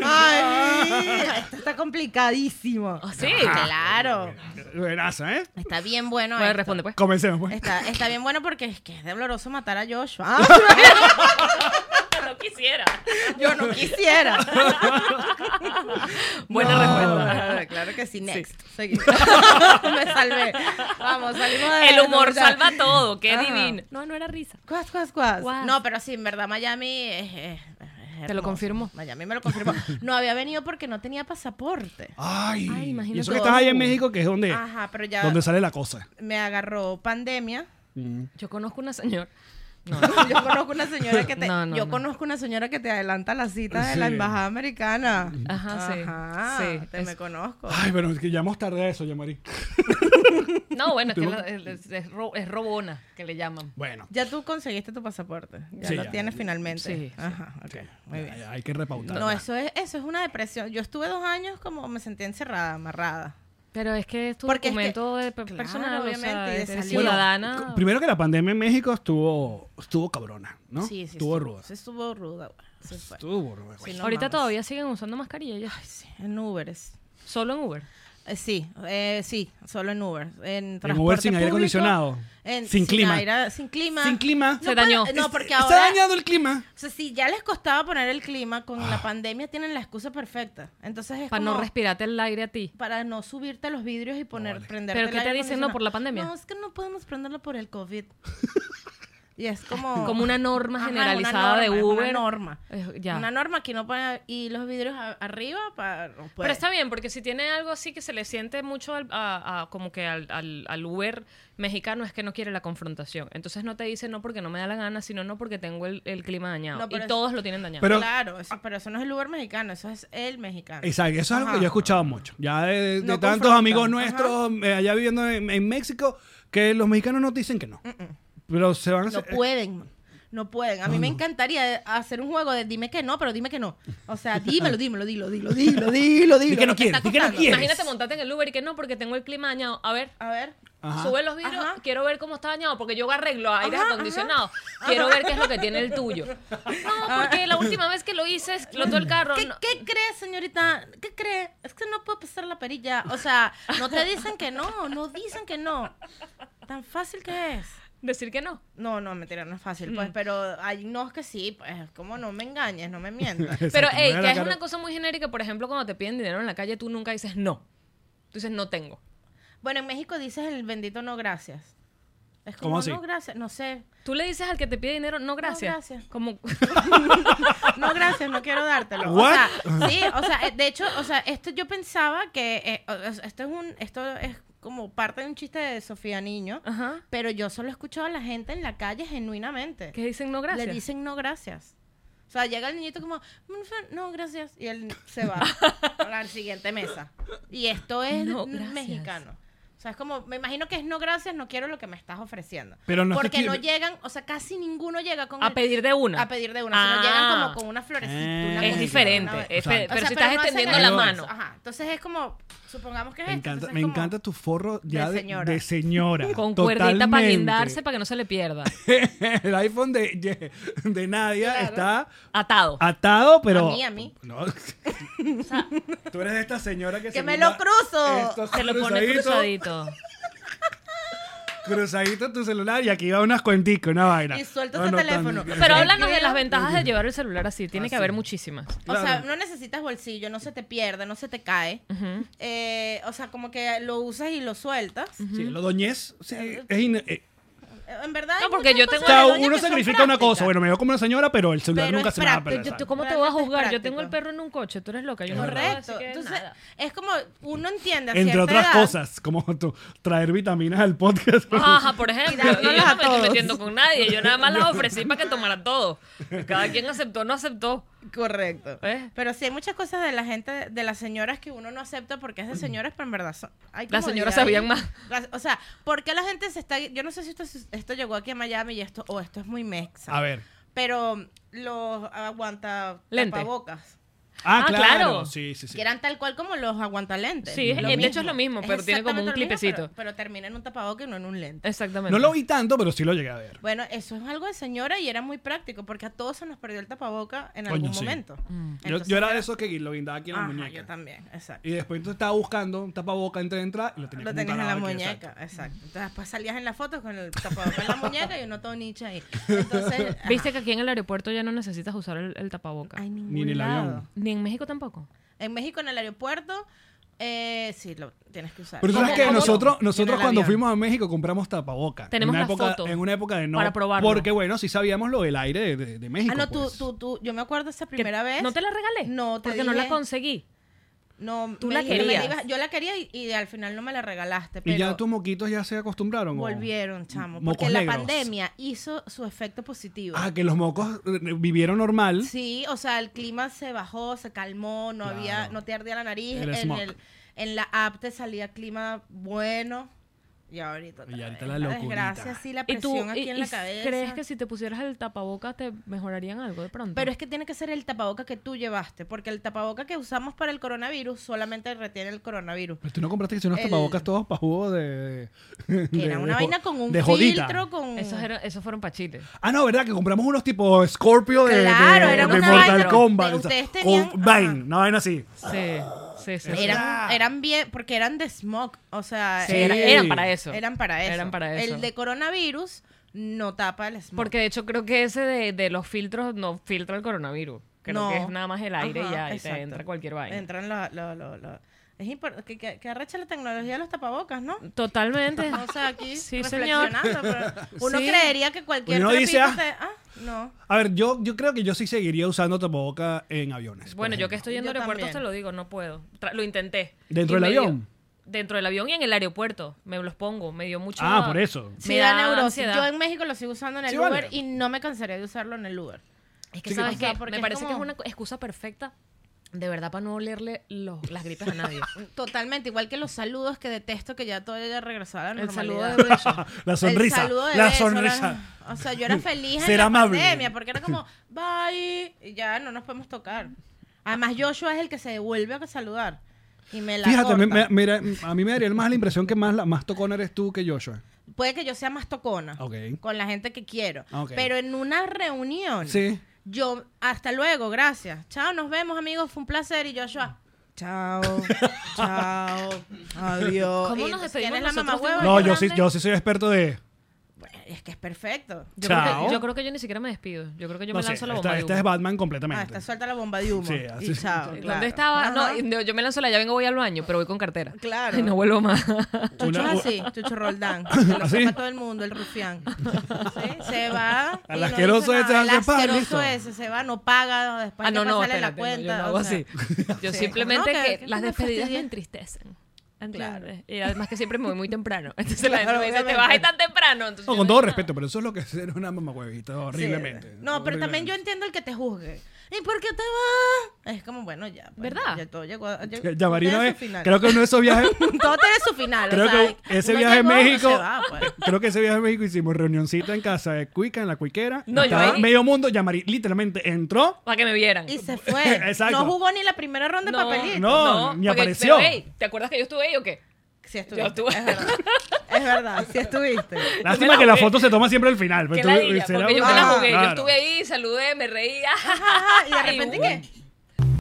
[SPEAKER 4] Ay, esto está complicadísimo.
[SPEAKER 2] Ah, sí?
[SPEAKER 4] claro.
[SPEAKER 3] Buenaza, ¿eh?
[SPEAKER 4] Está bien bueno
[SPEAKER 2] Bueno,
[SPEAKER 4] esto.
[SPEAKER 2] responde pues.
[SPEAKER 3] Comencemos, pues.
[SPEAKER 4] Está, está bien bueno porque es que es doloroso matar a Joshua.
[SPEAKER 2] [LAUGHS] No quisiera.
[SPEAKER 4] [LAUGHS] Yo no quisiera.
[SPEAKER 2] Buena
[SPEAKER 4] No,
[SPEAKER 2] respuesta.
[SPEAKER 4] [LAUGHS] Claro que sí, next.
[SPEAKER 2] [LAUGHS]
[SPEAKER 4] Seguí. Me salvé. Vamos, salimos de
[SPEAKER 2] El
[SPEAKER 4] esto,
[SPEAKER 2] humor
[SPEAKER 4] muchachos.
[SPEAKER 2] salva todo, qué
[SPEAKER 4] Ajá.
[SPEAKER 2] divino. No, no era risa.
[SPEAKER 4] Cuas, cuas, cuas.
[SPEAKER 2] Cuas.
[SPEAKER 4] No, pero sí, en verdad Miami es, es- es Es
[SPEAKER 2] Te lo
[SPEAKER 4] eh, hermoso.
[SPEAKER 2] confirmó.
[SPEAKER 4] Miami me lo confirmó. No había venido porque no tenía
[SPEAKER 3] Ah,
[SPEAKER 4] pasaporte.
[SPEAKER 3] Ay,
[SPEAKER 2] Ay, imagínate.
[SPEAKER 3] y eso que estás ahí en México, que es donde,
[SPEAKER 4] Ajá, pero ya
[SPEAKER 3] donde sale la cosa.
[SPEAKER 4] me agarró pandemia.
[SPEAKER 2] Yo conozco una [LAUGHS] señora. No,
[SPEAKER 4] [LAUGHS] Yo conozco una señora que te
[SPEAKER 2] No, no,
[SPEAKER 4] yo
[SPEAKER 2] no.
[SPEAKER 4] conozco una señora que te adelanta la cita de la
[SPEAKER 3] Sí.
[SPEAKER 4] embajada americana.
[SPEAKER 2] Ajá, sí, sí,
[SPEAKER 4] te
[SPEAKER 2] es-
[SPEAKER 4] me conozco.
[SPEAKER 3] Ay, pero es que llamamos tarde a eso, Yamari.
[SPEAKER 2] no bueno, es que la- es, es ro- es robona, que le llaman.
[SPEAKER 3] Bueno,
[SPEAKER 4] Ya tú conseguiste tu pasaporte. Ya
[SPEAKER 3] Sí,
[SPEAKER 4] lo
[SPEAKER 3] ya.
[SPEAKER 4] tienes finalmente.
[SPEAKER 2] Sí, sí.
[SPEAKER 4] Ajá, ok. Muy bien.
[SPEAKER 3] hay que repautar.
[SPEAKER 4] No, eso es, eso es una depresión. Yo estuve dos años como me sentí encerrada, amarrada.
[SPEAKER 2] Pero es que es tu
[SPEAKER 4] Porque es
[SPEAKER 2] documento de pe-
[SPEAKER 4] claro,
[SPEAKER 2] personal, o
[SPEAKER 4] obviamente, y
[SPEAKER 2] sea,
[SPEAKER 4] de
[SPEAKER 2] eres
[SPEAKER 4] salida.
[SPEAKER 2] ciudadana.
[SPEAKER 3] Primero que la pandemia en México estuvo, estuvo cabrona, ¿no? Estuvo ruda.
[SPEAKER 4] Sí, estuvo ruda. güey. Se fue.
[SPEAKER 3] Estuvo ruda.
[SPEAKER 4] Sí, no
[SPEAKER 2] Ahorita
[SPEAKER 4] mames.
[SPEAKER 2] todavía siguen usando mascarilla ya.
[SPEAKER 4] Sí, en Uberes.
[SPEAKER 2] Solo en Uber.
[SPEAKER 4] Eh, sí, eh, sí, solo en Uber. En,
[SPEAKER 3] En
[SPEAKER 4] transporte
[SPEAKER 3] Uber sin aire
[SPEAKER 4] público,
[SPEAKER 3] acondicionado.
[SPEAKER 4] en-
[SPEAKER 3] sin, clima.
[SPEAKER 4] aire- sin clima.
[SPEAKER 3] Sin clima.
[SPEAKER 2] Se dañó.
[SPEAKER 4] puede- No, porque
[SPEAKER 3] Está
[SPEAKER 4] ahora.
[SPEAKER 3] dañado Ah. el clima.
[SPEAKER 4] O sea, si ya les costaba poner el clima, con la pandemia tienen la excusa perfecta. Entonces es
[SPEAKER 2] Para no
[SPEAKER 4] como
[SPEAKER 2] respirarte el aire a ti.
[SPEAKER 4] Para no subirte a los vidrios y poner, prenderte
[SPEAKER 2] ¿Pero
[SPEAKER 4] el
[SPEAKER 2] qué te
[SPEAKER 4] aire
[SPEAKER 2] dicen? ¿No,
[SPEAKER 4] acondicionado.
[SPEAKER 2] por la pandemia?
[SPEAKER 4] No, es que no podemos prenderlo por
[SPEAKER 2] [LAUGHS]
[SPEAKER 4] el COVID. y es como...
[SPEAKER 2] Como una norma
[SPEAKER 4] Ajá,
[SPEAKER 2] generalizada
[SPEAKER 4] una norma,
[SPEAKER 2] de
[SPEAKER 4] es
[SPEAKER 2] Uber.
[SPEAKER 4] Una norma.
[SPEAKER 2] Eh, ya.
[SPEAKER 4] Una norma que no pone... Y los vidrios a- arriba para... no puede.
[SPEAKER 2] Pero está bien, porque si tiene algo así que se le siente mucho al, a- a- como que al, al- al Uber mexicano es que no quiere la confrontación. Entonces no te dice no porque no me da la gana, sino no porque tengo el, el clima dañado.
[SPEAKER 4] No,
[SPEAKER 2] y
[SPEAKER 4] pero es-
[SPEAKER 2] todos lo tienen dañado.
[SPEAKER 3] Pero- ah.
[SPEAKER 4] Claro, eso- pero eso no es el Uber mexicano, eso es el mexicano.
[SPEAKER 3] Exacto, eso es algo que
[SPEAKER 4] Ajá.
[SPEAKER 3] yo he escuchado mucho. Ya de, de
[SPEAKER 4] No
[SPEAKER 3] tantos
[SPEAKER 4] confrontan.
[SPEAKER 3] amigos nuestros eh, allá viviendo en, en México, que los mexicanos no te dicen que no.
[SPEAKER 4] Mm,
[SPEAKER 3] Pero se van a
[SPEAKER 4] No
[SPEAKER 3] hacer- eh,
[SPEAKER 4] pueden. No pueden. A mí me encantaría hacer un juego de dime que no, pero dime que no. O
[SPEAKER 3] [LAUGHS]
[SPEAKER 4] sea, dímelo, dímelo, dilo, dilo, dilo, dilo, dilo.
[SPEAKER 3] Di que no
[SPEAKER 4] Te
[SPEAKER 3] quieres,
[SPEAKER 4] está
[SPEAKER 3] di que no
[SPEAKER 4] costando.
[SPEAKER 3] quieres.
[SPEAKER 2] Imagínate montarte en el Uber y que no porque tengo el clima dañado. A ver.
[SPEAKER 4] A ver.
[SPEAKER 3] Ajá.
[SPEAKER 2] Sube los vidrios,
[SPEAKER 4] Ajá.
[SPEAKER 2] quiero ver cómo está dañado, porque yo arreglo aire
[SPEAKER 4] Ajá,
[SPEAKER 2] acondicionado. Quiero ver qué es lo que tiene el
[SPEAKER 4] [LAUGHS]
[SPEAKER 2] tuyo. No, porque la última vez que lo hice explotó el carro.
[SPEAKER 4] ¿Qué,
[SPEAKER 2] no.
[SPEAKER 4] ¿Qué cree, señorita? ¿Qué cree? Es que no puedo pasar la perilla. O sea, no te dicen que no, no dicen que no. Tan fácil que es.
[SPEAKER 2] Decir que no.
[SPEAKER 4] No, no, mentira, no es fácil, pues, pero hay no es que sí, pues, como no me engañes, no me mientas.
[SPEAKER 2] [LAUGHS] Pero,
[SPEAKER 3] Exacto,
[SPEAKER 2] ey,
[SPEAKER 3] me da
[SPEAKER 2] que
[SPEAKER 3] la
[SPEAKER 2] es
[SPEAKER 3] cara-
[SPEAKER 2] una cosa muy genérica. Por ejemplo, cuando te piden dinero en la calle, tú nunca dices no. Tú dices no tengo.
[SPEAKER 4] Bueno, en México dices el bendito no gracias. Es como
[SPEAKER 3] ¿Cómo así?
[SPEAKER 4] no gracias, no sé.
[SPEAKER 2] Tú le dices al que te pide dinero, no gracias.
[SPEAKER 4] gracias.
[SPEAKER 2] Como, [LAUGHS]
[SPEAKER 4] No, gracias, no quiero dártelo. O
[SPEAKER 3] What? [LAUGHS]
[SPEAKER 4] sea, sí, o sea, eh, de hecho, o sea, esto yo pensaba que eh, o- o sea, esto es un esto es como parte de un chiste de Sofía Niño,
[SPEAKER 2] Ajá.
[SPEAKER 4] pero yo solo he escuchado a la gente en la calle genuinamente.
[SPEAKER 2] que dicen no gracias.
[SPEAKER 4] Le dicen no gracias. O sea, llega el niñito como, "Mm, fa- no, gracias. Y él se
[SPEAKER 2] [LAUGHS]
[SPEAKER 4] va a la siguiente mesa. Y esto es
[SPEAKER 2] No,
[SPEAKER 4] n-
[SPEAKER 2] gracias.
[SPEAKER 4] mexicano. O sea, es como, me imagino que es no gracias, no quiero lo que me estás ofreciendo.
[SPEAKER 3] Pero no es que
[SPEAKER 4] Porque no
[SPEAKER 3] quiere-
[SPEAKER 4] llegan, o sea, casi ninguno llega con
[SPEAKER 2] a
[SPEAKER 4] el-
[SPEAKER 2] pedir de una.
[SPEAKER 4] a pedir de una. sino
[SPEAKER 2] Ah.
[SPEAKER 4] llegan como con una florecita. una
[SPEAKER 3] Es
[SPEAKER 4] cosita,
[SPEAKER 2] diferente,
[SPEAKER 4] una-
[SPEAKER 2] es
[SPEAKER 4] O sea,
[SPEAKER 2] fe- pero si estás
[SPEAKER 4] hacen
[SPEAKER 2] extendiendo
[SPEAKER 3] la
[SPEAKER 4] eso.
[SPEAKER 2] mano.
[SPEAKER 4] Ajá. Entonces es como, supongamos que es
[SPEAKER 3] Me
[SPEAKER 4] esto,
[SPEAKER 3] encanta,
[SPEAKER 4] entonces
[SPEAKER 3] me
[SPEAKER 4] como-
[SPEAKER 3] encanta tu forro ya de de señora.
[SPEAKER 4] señora. [LAUGHS]
[SPEAKER 2] Con cuerdita
[SPEAKER 3] Totalmente.
[SPEAKER 2] para guindarse para que no se le pierda.
[SPEAKER 3] [LAUGHS] El iPhone de, de Nadia está
[SPEAKER 2] Atado.
[SPEAKER 3] Ah, atado, pero.
[SPEAKER 4] A mí, a mí. [LAUGHS]
[SPEAKER 3] No. [LAUGHS] tú eres de esta señora que
[SPEAKER 4] ¡Que
[SPEAKER 3] se
[SPEAKER 4] me
[SPEAKER 3] mira
[SPEAKER 4] lo cruzo!
[SPEAKER 3] estos
[SPEAKER 2] Se lo pone
[SPEAKER 3] cruzaditos,
[SPEAKER 2] cruzadito.
[SPEAKER 3] cruzadito tu celular y aquí va unas cuenticas, una vaina.
[SPEAKER 4] Y sueltas
[SPEAKER 3] No,
[SPEAKER 4] el
[SPEAKER 3] no, tan-
[SPEAKER 4] teléfono.
[SPEAKER 2] Pero háblanos de las ventajas de llevar el celular así. Tiene
[SPEAKER 3] Ah,
[SPEAKER 2] que haber muchísimas.
[SPEAKER 4] O sea, no necesitas bolsillo, no se te pierde, no se te cae. Eh, o sea, como que lo usas y lo sueltas.
[SPEAKER 3] Sí, lo doñez sí, es ine- eh,
[SPEAKER 4] Eh, En verdad. hay
[SPEAKER 2] No, porque
[SPEAKER 4] muchas
[SPEAKER 2] yo tengo-
[SPEAKER 3] O
[SPEAKER 4] cosas de
[SPEAKER 3] sea,
[SPEAKER 4] doña que
[SPEAKER 3] uno
[SPEAKER 4] son
[SPEAKER 3] sacrifica una
[SPEAKER 4] prácticas.
[SPEAKER 3] cosa. Bueno, me veo como una señora, pero el celular
[SPEAKER 4] Pero
[SPEAKER 3] nunca
[SPEAKER 4] es
[SPEAKER 3] se me va a
[SPEAKER 4] práctico.
[SPEAKER 3] perder.
[SPEAKER 2] Yo-
[SPEAKER 3] ¿sabes?
[SPEAKER 2] ¿tú ¿Cómo te vas a
[SPEAKER 4] Realmente es
[SPEAKER 2] juzgar? Yo
[SPEAKER 4] práctico.
[SPEAKER 2] tengo el perro en un coche. Tú eres loca. Yo no robo, así
[SPEAKER 4] Correcto.
[SPEAKER 2] que
[SPEAKER 4] Entonces,
[SPEAKER 2] nada.
[SPEAKER 4] es como uno entiende. a
[SPEAKER 3] Entre
[SPEAKER 4] cierta
[SPEAKER 3] otras
[SPEAKER 4] edad-
[SPEAKER 3] cosas, como tú, traer vitaminas al podcast.
[SPEAKER 2] Ajá, por ejemplo.
[SPEAKER 4] Y dárnoslas
[SPEAKER 2] yo no
[SPEAKER 4] a
[SPEAKER 2] me estoy
[SPEAKER 4] todos.
[SPEAKER 2] metiendo con nadie. Yo nada más las ofrecí para que tomaran todo. Cada quien aceptó, no aceptó.
[SPEAKER 4] Correcto.
[SPEAKER 2] ¿Eh?
[SPEAKER 4] Pero sí hay muchas cosas de la gente, de las señoras que uno no acepta porque es de señoras, pero en verdad son. hay
[SPEAKER 2] Las
[SPEAKER 4] comodidad
[SPEAKER 2] señoras
[SPEAKER 4] ahí.
[SPEAKER 2] sabían más.
[SPEAKER 4] Las- o sea, ¿por qué la gente se está.? Yo no sé si esto, esto llegó aquí a Miami y esto. O esto es muy mexa.
[SPEAKER 3] A ver.
[SPEAKER 4] Pero los aguanta
[SPEAKER 2] Lente.
[SPEAKER 4] tapabocas.
[SPEAKER 3] Ah,
[SPEAKER 2] Ah,
[SPEAKER 3] claro.
[SPEAKER 2] claro.
[SPEAKER 3] Sí, sí, sí.
[SPEAKER 4] Que eran tal cual como los aguantalentes.
[SPEAKER 2] Sí, es-
[SPEAKER 4] Lo
[SPEAKER 2] de
[SPEAKER 4] mismo.
[SPEAKER 2] hecho es lo mismo, pero tiene como un
[SPEAKER 4] exactamente lo mismo,
[SPEAKER 2] clipecito.
[SPEAKER 4] Pero, pero termina en un tapabocas y no en un lente.
[SPEAKER 2] Exactamente.
[SPEAKER 3] No lo vi tanto, pero sí lo llegué a ver.
[SPEAKER 4] Bueno, eso es algo de señora y era muy práctico porque a todos se nos perdió el tapaboca en
[SPEAKER 3] Coño,
[SPEAKER 4] algún
[SPEAKER 3] sí.
[SPEAKER 4] momento.
[SPEAKER 2] Mm.
[SPEAKER 3] Yo-
[SPEAKER 4] Entonces
[SPEAKER 3] yo, era de esos que lo guindaba aquí en la
[SPEAKER 4] Ajá,
[SPEAKER 3] muñeca.
[SPEAKER 4] yo también, exacto.
[SPEAKER 3] Y después tú estabas buscando un tapaboca antes de entrar y lo tenías,
[SPEAKER 4] Lo
[SPEAKER 3] como
[SPEAKER 4] tenías en la
[SPEAKER 3] parado aquí,
[SPEAKER 4] muñeca,
[SPEAKER 3] exacto.
[SPEAKER 4] exacto. Entonces después salías en las fotos con el tapaboca en la muñeca y uno todo niche ahí. Entonces,
[SPEAKER 2] [LAUGHS]
[SPEAKER 4] ajá.
[SPEAKER 2] Viste que aquí en el aeropuerto ya no necesitas usar el, el tapaboca.
[SPEAKER 4] Ay, ningún
[SPEAKER 3] Ni en el
[SPEAKER 4] lado.
[SPEAKER 3] avión.
[SPEAKER 2] Ni en México tampoco.
[SPEAKER 4] En México en el aeropuerto, Eh, sí, lo tienes que usar.
[SPEAKER 3] Pero tú sabes
[SPEAKER 4] Como-
[SPEAKER 3] que
[SPEAKER 4] como-
[SPEAKER 3] nosotros,
[SPEAKER 4] en el
[SPEAKER 3] nosotros cuando
[SPEAKER 4] avión.
[SPEAKER 3] fuimos a México compramos tapabocas.
[SPEAKER 2] Tenemos
[SPEAKER 3] en una
[SPEAKER 2] la
[SPEAKER 3] época,
[SPEAKER 2] foto
[SPEAKER 3] En una época de no.
[SPEAKER 2] para probarlo.
[SPEAKER 3] Porque bueno, sí sabíamos lo del aire de, de México.
[SPEAKER 4] Ah, no, tú,
[SPEAKER 3] pues.
[SPEAKER 4] tú, tú, yo me acuerdo esa
[SPEAKER 2] Que-
[SPEAKER 4] primera vez.
[SPEAKER 2] ¿No te la regalé?
[SPEAKER 4] No, te
[SPEAKER 2] Porque no la
[SPEAKER 4] dije-
[SPEAKER 2] conseguí.
[SPEAKER 4] No,
[SPEAKER 2] Tú
[SPEAKER 4] me
[SPEAKER 2] la
[SPEAKER 4] dije- me
[SPEAKER 2] querías.
[SPEAKER 4] digas- yo la quería y, y al final no me la regalaste. Pero
[SPEAKER 3] ¿Y ya tus moquitos ya se acostumbraron? o?
[SPEAKER 4] volvieron, chamo.
[SPEAKER 3] Mocos
[SPEAKER 4] Porque la
[SPEAKER 3] negros.
[SPEAKER 4] pandemia hizo su efecto positivo.
[SPEAKER 3] Ah, que los mocos eh, vivieron normal.
[SPEAKER 4] Sí, o sea, el clima se bajó, se calmó, no
[SPEAKER 3] Claro.
[SPEAKER 4] había, no te ardía la nariz.
[SPEAKER 3] El
[SPEAKER 4] en,
[SPEAKER 3] smog.
[SPEAKER 4] el- en la app te salía clima bueno. Y ahorita, otra
[SPEAKER 3] Y ahorita
[SPEAKER 4] vez.
[SPEAKER 3] la locurita.
[SPEAKER 4] desgracia, sí, la
[SPEAKER 2] ¿Y tú
[SPEAKER 4] presión aquí
[SPEAKER 2] y-
[SPEAKER 4] en
[SPEAKER 2] y
[SPEAKER 4] la cabeza.
[SPEAKER 2] crees que si te pusieras el tapabocas te mejorarían algo de pronto?
[SPEAKER 4] Pero es que tiene que ser el tapaboca que tú llevaste, porque el tapaboca que usamos para el coronavirus solamente retiene el coronavirus.
[SPEAKER 3] Pero tú no compraste que son unos
[SPEAKER 4] El-
[SPEAKER 3] tapabocas todos para jugo de. de-
[SPEAKER 4] Que
[SPEAKER 3] de
[SPEAKER 4] era una
[SPEAKER 3] jo-
[SPEAKER 4] vaina con un
[SPEAKER 3] de jodita.
[SPEAKER 4] filtro, con...
[SPEAKER 2] Esos, eran- esos fueron para Chile.
[SPEAKER 3] Ah, no, ¿verdad? Que compramos unos tipo Scorpio de, de-
[SPEAKER 4] Claro,
[SPEAKER 3] de,
[SPEAKER 4] era una
[SPEAKER 3] Mortal
[SPEAKER 4] vaina.
[SPEAKER 3] Kombat.
[SPEAKER 4] Pero
[SPEAKER 3] o sea,
[SPEAKER 4] ustedes tenían-
[SPEAKER 3] con Bane, una vaina así.
[SPEAKER 2] Sí, sí, sí. sí.
[SPEAKER 4] Eran, eran bien, porque eran de smoke, o sea,
[SPEAKER 2] Sí,
[SPEAKER 3] Ah. Sí.
[SPEAKER 2] era- eran para eso.
[SPEAKER 4] eran para eso.
[SPEAKER 2] Eran para eso.
[SPEAKER 4] El de coronavirus no tapa el smoke.
[SPEAKER 2] Porque de hecho creo que ese de, de los filtros no filtra el coronavirus. Creo
[SPEAKER 4] No.
[SPEAKER 2] que es nada más el aire
[SPEAKER 4] Ajá,
[SPEAKER 2] y ya y
[SPEAKER 4] exacto.
[SPEAKER 2] te entra cualquier vaina.
[SPEAKER 4] Entran los... los- los- los- Es importante que, que, que arrecha la tecnología de los tapabocas, ¿no?
[SPEAKER 2] Totalmente.
[SPEAKER 4] O
[SPEAKER 2] [LAUGHS]
[SPEAKER 4] sea, aquí
[SPEAKER 2] Sí, señor. [LAUGHS]
[SPEAKER 4] reflexionando, pero uno
[SPEAKER 2] Sí.
[SPEAKER 4] creería que cualquier
[SPEAKER 3] Uno dice,
[SPEAKER 4] trapito
[SPEAKER 3] ah.
[SPEAKER 4] te- Ah, no.
[SPEAKER 3] A ver, yo, yo creo que yo sí seguiría usando tapabocas en aviones. por
[SPEAKER 2] Bueno, yo que
[SPEAKER 3] ejemplo.
[SPEAKER 2] estoy yendo
[SPEAKER 4] Yo
[SPEAKER 2] al aeropuerto
[SPEAKER 4] también.
[SPEAKER 2] te lo digo, no puedo. Tra- lo intenté.
[SPEAKER 3] ¿Dentro
[SPEAKER 2] Y
[SPEAKER 3] del
[SPEAKER 2] me dio-
[SPEAKER 3] avión?
[SPEAKER 2] dentro del avión y en el aeropuerto. Me los pongo. Me dio mucho.
[SPEAKER 3] Ah, por eso.
[SPEAKER 2] Me
[SPEAKER 4] Sí,
[SPEAKER 2] da
[SPEAKER 4] da neurosis.
[SPEAKER 2] ansiedad.
[SPEAKER 4] Yo en México lo sigo usando en el
[SPEAKER 3] Sí,
[SPEAKER 4] Uber
[SPEAKER 3] vale.
[SPEAKER 4] y no me cansaré de usarlo en el Uber.
[SPEAKER 2] Es que,
[SPEAKER 3] Sí,
[SPEAKER 2] ¿sabes
[SPEAKER 4] o sea,
[SPEAKER 2] qué?
[SPEAKER 4] porque
[SPEAKER 2] Me
[SPEAKER 4] es
[SPEAKER 2] parece que es
[SPEAKER 4] como-
[SPEAKER 2] una excusa perfecta de verdad para no olerle los- las gripes a
[SPEAKER 3] [LAUGHS]
[SPEAKER 2] nadie.
[SPEAKER 4] Totalmente, igual que los saludos que detesto que ya todo haya regresado a la
[SPEAKER 2] El
[SPEAKER 4] normalidad.
[SPEAKER 2] saludo de beso.
[SPEAKER 3] La sonrisa.
[SPEAKER 4] [LAUGHS] El saludo de
[SPEAKER 3] la
[SPEAKER 4] beso,
[SPEAKER 3] sonrisa.
[SPEAKER 4] la- O sea, yo era feliz en
[SPEAKER 3] Ser
[SPEAKER 4] la
[SPEAKER 3] amable.
[SPEAKER 4] pandemia porque era como, bye, y ya no nos podemos tocar. Además, Joshua es el que se devuelve a saludar. Y me la
[SPEAKER 3] Fíjate, me-
[SPEAKER 4] corta.
[SPEAKER 3] me- mira, a mí me daría más la impresión que más, la, más tocón eres tú que Joshua.
[SPEAKER 4] Puede que yo sea más tocona
[SPEAKER 3] Ok. Ah,
[SPEAKER 4] con la gente que quiero.
[SPEAKER 3] Ok.
[SPEAKER 4] Pero en una reunión,
[SPEAKER 3] Sí.
[SPEAKER 4] yo, hasta luego, gracias. Chao, nos vemos, amigos, fue un placer. Y ah. Joshua, [LAUGHS] chao, chao, adiós.
[SPEAKER 2] ¿Cómo
[SPEAKER 4] Y
[SPEAKER 2] nos
[SPEAKER 4] ¿quién
[SPEAKER 2] despedimos
[SPEAKER 4] es la
[SPEAKER 2] nosotros
[SPEAKER 4] mamá
[SPEAKER 2] de un
[SPEAKER 4] hueva?
[SPEAKER 3] No, yo sí,
[SPEAKER 2] grande.
[SPEAKER 3] yo sí soy experto de.
[SPEAKER 4] Bueno, es que es perfecto.
[SPEAKER 2] Yo creo,
[SPEAKER 3] Chao.
[SPEAKER 2] que, yo creo que yo ni siquiera me despido. Yo creo que yo
[SPEAKER 3] no
[SPEAKER 2] me
[SPEAKER 3] sé,
[SPEAKER 2] lanzo la bomba.
[SPEAKER 3] esta,
[SPEAKER 2] de
[SPEAKER 3] esta
[SPEAKER 2] humo.
[SPEAKER 3] es Batman
[SPEAKER 4] Ah,
[SPEAKER 3] completamente.
[SPEAKER 4] está suelta la bomba de humo.
[SPEAKER 3] Sí, así-
[SPEAKER 4] y chao.
[SPEAKER 3] ¿Dónde
[SPEAKER 4] claro.
[SPEAKER 2] ¿Dónde estaba? No,
[SPEAKER 4] Ajá.
[SPEAKER 2] yo- yo me lanzo la llave y voy al baño, pero voy con cartera.
[SPEAKER 4] Claro.
[SPEAKER 2] Y no vuelvo más.
[SPEAKER 4] Chucho
[SPEAKER 3] Una-
[SPEAKER 4] es así, Chucho
[SPEAKER 3] [LAUGHS]
[SPEAKER 4] Roldán. Se lo
[SPEAKER 3] ¿Así?
[SPEAKER 4] sepa todo el mundo, el rufián. Sí, Se va. y
[SPEAKER 3] Al
[SPEAKER 4] no
[SPEAKER 3] asqueroso
[SPEAKER 4] dice nada.
[SPEAKER 3] ese
[SPEAKER 4] El
[SPEAKER 3] hace pan,
[SPEAKER 4] asqueroso
[SPEAKER 3] listo.
[SPEAKER 4] ese se va, no paga, después
[SPEAKER 2] ah, no,
[SPEAKER 4] no,
[SPEAKER 2] no,
[SPEAKER 4] sale la
[SPEAKER 2] espérate, no,
[SPEAKER 4] cuenta.
[SPEAKER 2] yo no
[SPEAKER 4] o
[SPEAKER 2] hago
[SPEAKER 4] sea.
[SPEAKER 2] así.
[SPEAKER 4] [LAUGHS]
[SPEAKER 2] Yo
[SPEAKER 4] Sí,
[SPEAKER 2] simplemente
[SPEAKER 4] no,
[SPEAKER 2] que,
[SPEAKER 4] que- que
[SPEAKER 2] las
[SPEAKER 4] me
[SPEAKER 2] despedidas me
[SPEAKER 4] fastidia.
[SPEAKER 2] entristecen.
[SPEAKER 4] Claro.
[SPEAKER 2] ¿entiendes? Y además que siempre me voy muy temprano. [LAUGHS] Entonces la gente
[SPEAKER 4] Claro,
[SPEAKER 2] me dice, te
[SPEAKER 4] obviamente.
[SPEAKER 2] vas ahí tan temprano. Entonces
[SPEAKER 3] No,
[SPEAKER 2] yo
[SPEAKER 3] con
[SPEAKER 2] digo,
[SPEAKER 3] todo
[SPEAKER 2] "Ah".
[SPEAKER 3] respeto, pero eso es lo que es ser [LAUGHS] una mamahuevita horriblemente.
[SPEAKER 4] Sí. No, pero también yo
[SPEAKER 3] Horriblemente.
[SPEAKER 4] entiendo el que te juzgue. ¿Y por qué te vas? Es como, bueno, ya. pues,
[SPEAKER 2] ¿Verdad?
[SPEAKER 4] Ya todo llegó. a- ya-
[SPEAKER 3] Ya, Marina,
[SPEAKER 4] todo tiene
[SPEAKER 3] eh,
[SPEAKER 4] su final.
[SPEAKER 3] creo que uno de esos viajes.
[SPEAKER 4] [LAUGHS] Todo tiene su final.
[SPEAKER 3] Creo
[SPEAKER 4] o sea,
[SPEAKER 3] que ese
[SPEAKER 4] uno
[SPEAKER 3] viaje a
[SPEAKER 4] llegó, uno
[SPEAKER 3] México-
[SPEAKER 4] se va, pues.
[SPEAKER 3] Creo que ese viaje a México hicimos reunioncita en casa de Cuica, en la Cuiquera.
[SPEAKER 2] No, yo
[SPEAKER 3] estaba
[SPEAKER 2] ahí-
[SPEAKER 3] medio mundo, ya Mari literalmente entró.
[SPEAKER 2] Para que me vieran.
[SPEAKER 4] Y se fue.
[SPEAKER 3] [LAUGHS] Exacto.
[SPEAKER 4] No jugó ni la primera ronda de papelito.
[SPEAKER 3] No, ni
[SPEAKER 2] porque-
[SPEAKER 3] apareció.
[SPEAKER 2] pero, hey, ¿te acuerdas que yo estuve ahí o qué?
[SPEAKER 4] Sí
[SPEAKER 2] Yo
[SPEAKER 4] estuviste.
[SPEAKER 2] estuve.
[SPEAKER 4] Es verdad. Es verdad,
[SPEAKER 3] [LAUGHS]
[SPEAKER 4] sí estuviste.
[SPEAKER 3] Lástima
[SPEAKER 2] la
[SPEAKER 3] que la
[SPEAKER 2] jugué.
[SPEAKER 3] foto se toma siempre al final. pero
[SPEAKER 2] Qué
[SPEAKER 3] tú-
[SPEAKER 2] ladilla,
[SPEAKER 3] será
[SPEAKER 2] porque yo
[SPEAKER 3] una-
[SPEAKER 2] me la
[SPEAKER 4] Ah,
[SPEAKER 2] jugué. Yo
[SPEAKER 3] claro.
[SPEAKER 2] estuve ahí, saludé, me reí.
[SPEAKER 4] Ajá, y
[SPEAKER 2] [LAUGHS]
[SPEAKER 4] de repente, ¿qué?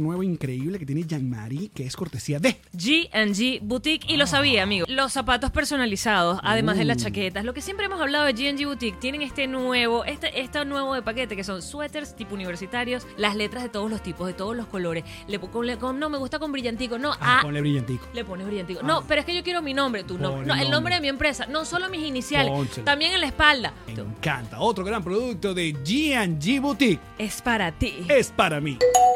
[SPEAKER 3] nuevo increíble que tiene Jean-Marie, que es cortesía de...
[SPEAKER 2] GG Boutique, y lo sabía, amigo. Los zapatos personalizados, además de las chaquetas. Lo que siempre hemos hablado de GG Boutique, tienen este nuevo, este, este nuevo de paquete que son suéteres tipo universitarios, las letras de todos los tipos, de todos los colores. Le, po- con- le- con- no, me gusta con brillantico, no,
[SPEAKER 3] Ah,
[SPEAKER 2] ah,
[SPEAKER 3] ponle brillantico.
[SPEAKER 2] le pones brillantico. No, pero es que yo quiero mi nombre, tu nombre.
[SPEAKER 3] Pon
[SPEAKER 2] No,
[SPEAKER 3] el
[SPEAKER 2] el
[SPEAKER 3] nombre.
[SPEAKER 2] nombre de mi empresa, no solo mis iniciales,
[SPEAKER 3] Pónselo.
[SPEAKER 2] también en la espalda.
[SPEAKER 3] Me encanta. Otro gran producto de G&G Boutique.
[SPEAKER 2] Es para ti.
[SPEAKER 3] es para mí.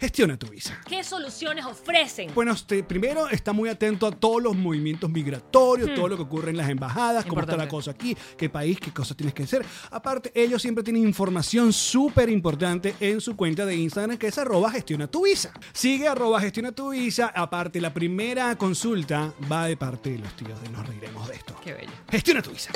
[SPEAKER 3] Gestiona tu visa.
[SPEAKER 2] ¿Qué soluciones ofrecen?
[SPEAKER 3] Bueno, usted primero está muy atento a todos los movimientos migratorios, todo lo que ocurre en las embajadas, cómo está la
[SPEAKER 2] Hmm. Importante.
[SPEAKER 3] cosa aquí, qué país, qué cosas tienes que hacer. Aparte, ellos siempre tienen información súper importante en su cuenta de Instagram que es arroba gestiona tu visa. Sigue arroba gestiona tu visa. Aparte, la primera consulta va de parte de los tíos de Nos Reiremos de esto.
[SPEAKER 2] Qué bello.
[SPEAKER 3] Gestiona tu visa.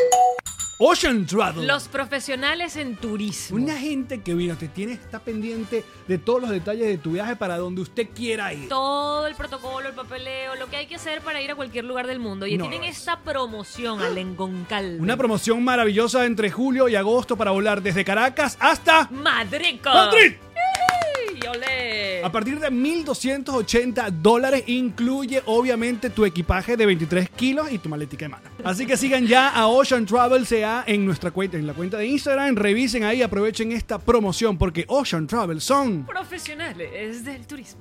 [SPEAKER 3] Ocean Travel.
[SPEAKER 2] Los profesionales en turismo.
[SPEAKER 3] Una gente que mira, te tiene, está pendiente de todos los detalles de tu viaje para donde usted quiera ir.
[SPEAKER 2] todo el protocolo, el papeleo, lo que hay que hacer para ir a cualquier lugar del mundo. Y
[SPEAKER 3] No,
[SPEAKER 2] tienen
[SPEAKER 3] no es.
[SPEAKER 2] esta promoción al Engoncal.
[SPEAKER 3] Una promoción maravillosa entre julio y agosto para volar desde Caracas hasta
[SPEAKER 2] Madrid.
[SPEAKER 3] Madrid.
[SPEAKER 2] Y olé.
[SPEAKER 3] A partir de 1.280 dólares incluye obviamente tu equipaje de 23 kilos y tu maletica de mano. Así que sigan ya a Ocean Travel CA en nuestra cuenta, en la cuenta de Instagram. Revisen ahí, aprovechen esta promoción porque Ocean Travel son
[SPEAKER 2] Profesionales del turismo.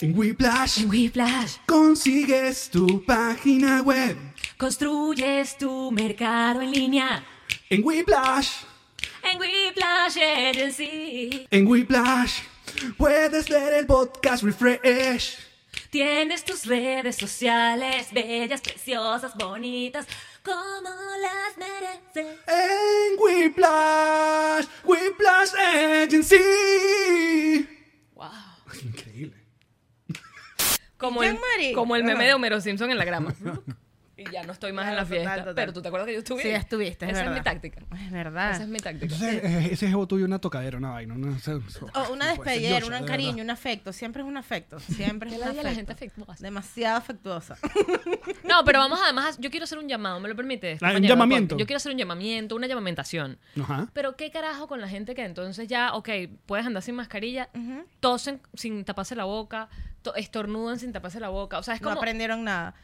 [SPEAKER 3] en Whiplash.
[SPEAKER 2] Whiplash,
[SPEAKER 3] Consigues tu página web
[SPEAKER 2] construyes tu mercado en línea.
[SPEAKER 3] en Whiplash.
[SPEAKER 2] En Whiplash Agency
[SPEAKER 3] En Whiplash puedes ver el podcast Refresh.
[SPEAKER 2] tienes tus redes sociales bellas, preciosas, bonitas, como las mereces.
[SPEAKER 3] En Whiplash, Whiplash Agency.
[SPEAKER 2] Wow.
[SPEAKER 3] Increíble.
[SPEAKER 2] Como
[SPEAKER 4] Ya,
[SPEAKER 2] el,
[SPEAKER 4] Mari.
[SPEAKER 2] como el meme de Homero Simpson en la
[SPEAKER 4] [LAUGHS]
[SPEAKER 2] grama. Y ya no estoy más en la
[SPEAKER 4] Claro, total,
[SPEAKER 2] fiesta.
[SPEAKER 4] total.
[SPEAKER 2] Pero tú te acuerdas que yo estuve.
[SPEAKER 4] Sí, ya estuviste, es
[SPEAKER 2] Esa es
[SPEAKER 4] verdad. Ah.
[SPEAKER 2] mi táctica.
[SPEAKER 4] Es verdad.
[SPEAKER 2] Esa es mi táctica.
[SPEAKER 3] Entonces, eh, ese jevo tuyo una tocadera, una vaina. Una,
[SPEAKER 4] O Oh, una
[SPEAKER 3] Pues,
[SPEAKER 4] despedida, un cariño,
[SPEAKER 3] cariño.
[SPEAKER 4] un afecto. Siempre es un afecto. Siempre es
[SPEAKER 2] Qué
[SPEAKER 4] un
[SPEAKER 2] labia
[SPEAKER 4] afecto.
[SPEAKER 2] la gente afectuosa.
[SPEAKER 4] Demasiado afectuosa.
[SPEAKER 2] No, pero vamos además. a- Yo quiero hacer un llamado, ¿me lo permites?
[SPEAKER 3] Ah, un
[SPEAKER 2] compañero?
[SPEAKER 3] llamamiento.
[SPEAKER 2] Yo quiero hacer un llamamiento, una llamamentación.
[SPEAKER 3] Ajá.
[SPEAKER 2] Pero qué carajo con la gente que entonces ya, ok, puedes andar sin mascarilla, tosen sin taparse la boca, to- estornudan sin taparse la boca. O sea, es
[SPEAKER 4] No
[SPEAKER 2] como.
[SPEAKER 4] aprendieron nada.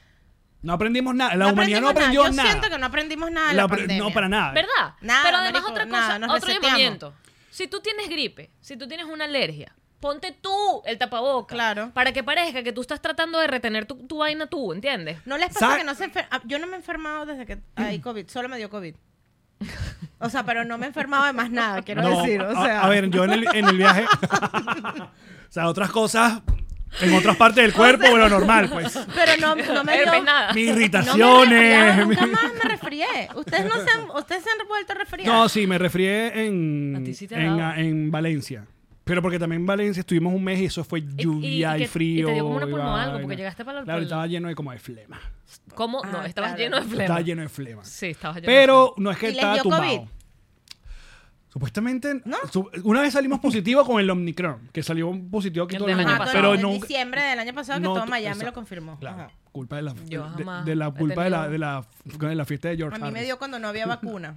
[SPEAKER 3] No aprendimos nada. La
[SPEAKER 4] No
[SPEAKER 3] humanidad no aprendió
[SPEAKER 4] aprendimos
[SPEAKER 3] nada.
[SPEAKER 4] Yo siento que no aprendimos nada de
[SPEAKER 3] La
[SPEAKER 4] la,
[SPEAKER 3] apre-
[SPEAKER 4] pandemia.
[SPEAKER 3] No, para nada.
[SPEAKER 2] ¿Verdad?
[SPEAKER 4] Nada,
[SPEAKER 2] Pero además
[SPEAKER 4] marico,
[SPEAKER 2] otra cosa,
[SPEAKER 4] nada, nos
[SPEAKER 2] otro
[SPEAKER 4] reseteamos.
[SPEAKER 2] llamamiento. Si tú tienes gripe, si tú tienes una alergia, ponte tú el tapabocas.
[SPEAKER 4] Claro.
[SPEAKER 2] Para que parezca que tú estás tratando de retener tu, tu vaina tú, ¿entiendes?
[SPEAKER 4] ¿No les pasa
[SPEAKER 3] Sa-
[SPEAKER 4] que no se enfer- ah, Yo no me he enfermado desde que
[SPEAKER 3] [CLEARS THROAT]
[SPEAKER 4] hay COVID. Solo me dio COVID. O sea, pero no me he enfermado de más nada, quiero
[SPEAKER 3] No,
[SPEAKER 4] decir. O
[SPEAKER 3] a-
[SPEAKER 4] sea,
[SPEAKER 3] a, ver, yo en el, en el
[SPEAKER 4] [LAUGHS]
[SPEAKER 3] viaje. o sea, otras cosas en otras partes del cuerpo, pero normal,
[SPEAKER 4] [LAUGHS]
[SPEAKER 3] pues.
[SPEAKER 4] Pero no, no
[SPEAKER 2] Herpes,
[SPEAKER 4] me dio...
[SPEAKER 2] Eh, pues nada.
[SPEAKER 3] Mis
[SPEAKER 4] Ah, No me he
[SPEAKER 3] irritaciones.
[SPEAKER 4] resfriado,
[SPEAKER 3] mi-
[SPEAKER 4] nunca
[SPEAKER 3] [LAUGHS]
[SPEAKER 4] más me resfrié. Ustedes no se han, ustedes se han vuelto a resfriar.
[SPEAKER 3] No, sí, me refrié
[SPEAKER 2] A
[SPEAKER 3] en,
[SPEAKER 2] ti sí te ha
[SPEAKER 3] en,
[SPEAKER 2] dado.
[SPEAKER 3] en Valencia. Pero porque también en Valencia estuvimos un mes y eso fue lluvia y,
[SPEAKER 2] que- y te
[SPEAKER 3] frío.
[SPEAKER 2] dio como una pulmonía o algo,
[SPEAKER 3] vaina.
[SPEAKER 2] porque llegaste para el-
[SPEAKER 3] Claro,
[SPEAKER 2] para el-
[SPEAKER 3] estaba lleno de como de flema.
[SPEAKER 2] ¿Cómo? no,
[SPEAKER 4] Ah,
[SPEAKER 2] estabas
[SPEAKER 4] claro.
[SPEAKER 2] lleno de flema.
[SPEAKER 3] Estaba lleno de flema.
[SPEAKER 2] Sí, estabas lleno
[SPEAKER 3] Pero no es que
[SPEAKER 4] ¿Y les
[SPEAKER 3] estaba
[SPEAKER 4] dio
[SPEAKER 3] tumbado.
[SPEAKER 4] COVID?
[SPEAKER 3] Supuestamente, su- una vez salimos positivo con el Omnicron, que salió un positivo aquí
[SPEAKER 2] El
[SPEAKER 3] todo el
[SPEAKER 2] del
[SPEAKER 3] mundo.
[SPEAKER 2] año
[SPEAKER 4] Ah, todo
[SPEAKER 3] Pero
[SPEAKER 4] en
[SPEAKER 3] no,
[SPEAKER 4] diciembre del año pasado que
[SPEAKER 3] no-
[SPEAKER 4] todo Miami
[SPEAKER 3] esa-
[SPEAKER 4] lo confirmó.
[SPEAKER 3] Claro,
[SPEAKER 4] Ajá.
[SPEAKER 3] culpa de la,
[SPEAKER 2] Yo
[SPEAKER 3] de,
[SPEAKER 2] jamás
[SPEAKER 3] de la
[SPEAKER 2] he
[SPEAKER 3] culpa de la,
[SPEAKER 2] tenido-
[SPEAKER 3] de, la, de la fiesta de George
[SPEAKER 4] A mí me
[SPEAKER 3] Harris.
[SPEAKER 4] dio cuando no había vacuna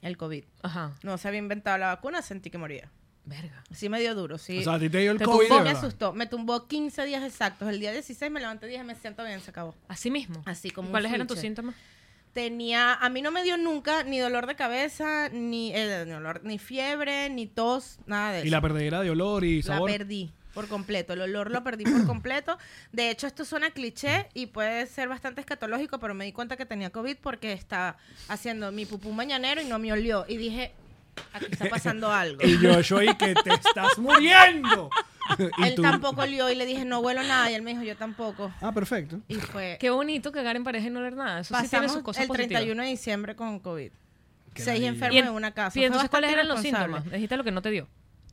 [SPEAKER 4] el COVID.
[SPEAKER 2] de- Ajá.
[SPEAKER 4] No se había inventado la vacuna, sentí que moría.
[SPEAKER 2] Verga.
[SPEAKER 4] Sí me dio duro, sí.
[SPEAKER 3] O sea, a ti te dio el
[SPEAKER 4] Me
[SPEAKER 3] COVID.
[SPEAKER 4] tumbó,
[SPEAKER 3] de
[SPEAKER 4] me
[SPEAKER 3] verdad.
[SPEAKER 4] asustó. Me tumbó 15 días exactos. El día 16 me levanté y dije, me siento bien, se acabó.
[SPEAKER 2] Así mismo.
[SPEAKER 4] Así como un
[SPEAKER 2] ¿Cuáles eran
[SPEAKER 4] switch.
[SPEAKER 2] tus síntomas?
[SPEAKER 4] Tenía, a mí no me dio nunca ni dolor de cabeza, ni, eh, ni, olor- ni fiebre, ni tos, nada de eso.
[SPEAKER 3] Y la perdedera de olor y sabor.
[SPEAKER 4] La perdí por completo, el olor lo perdí por completo. De hecho, esto suena cliché y puede ser bastante escatológico, pero me di cuenta que tenía COVID porque estaba haciendo mi pupú mañanero y no me olió. Y dije, aquí está pasando
[SPEAKER 3] [LAUGHS]
[SPEAKER 4] algo.
[SPEAKER 3] Y yo, yo, y que te estás
[SPEAKER 4] [LAUGHS]
[SPEAKER 3] muriendo. Y
[SPEAKER 4] él
[SPEAKER 3] tú-
[SPEAKER 4] tampoco olió y le dije, no huelo nada. Y él me dijo, yo tampoco.
[SPEAKER 3] Ah, perfecto.
[SPEAKER 4] Y fue...
[SPEAKER 2] Qué bonito cagar en pareja y no leer nada. Eso sí tiene
[SPEAKER 4] pasamos
[SPEAKER 2] sus cosas
[SPEAKER 4] el 31
[SPEAKER 2] positivas.
[SPEAKER 4] de diciembre con COVID.
[SPEAKER 3] Qué
[SPEAKER 4] Seis
[SPEAKER 3] maravilla.
[SPEAKER 2] Y
[SPEAKER 4] enfermos
[SPEAKER 2] en-
[SPEAKER 4] en una casa.
[SPEAKER 2] Y
[SPEAKER 4] Fue
[SPEAKER 2] entonces, ¿cuáles
[SPEAKER 4] bastante
[SPEAKER 2] eran los
[SPEAKER 4] irresponsable.
[SPEAKER 2] síntomas? Dijiste lo que no te dio.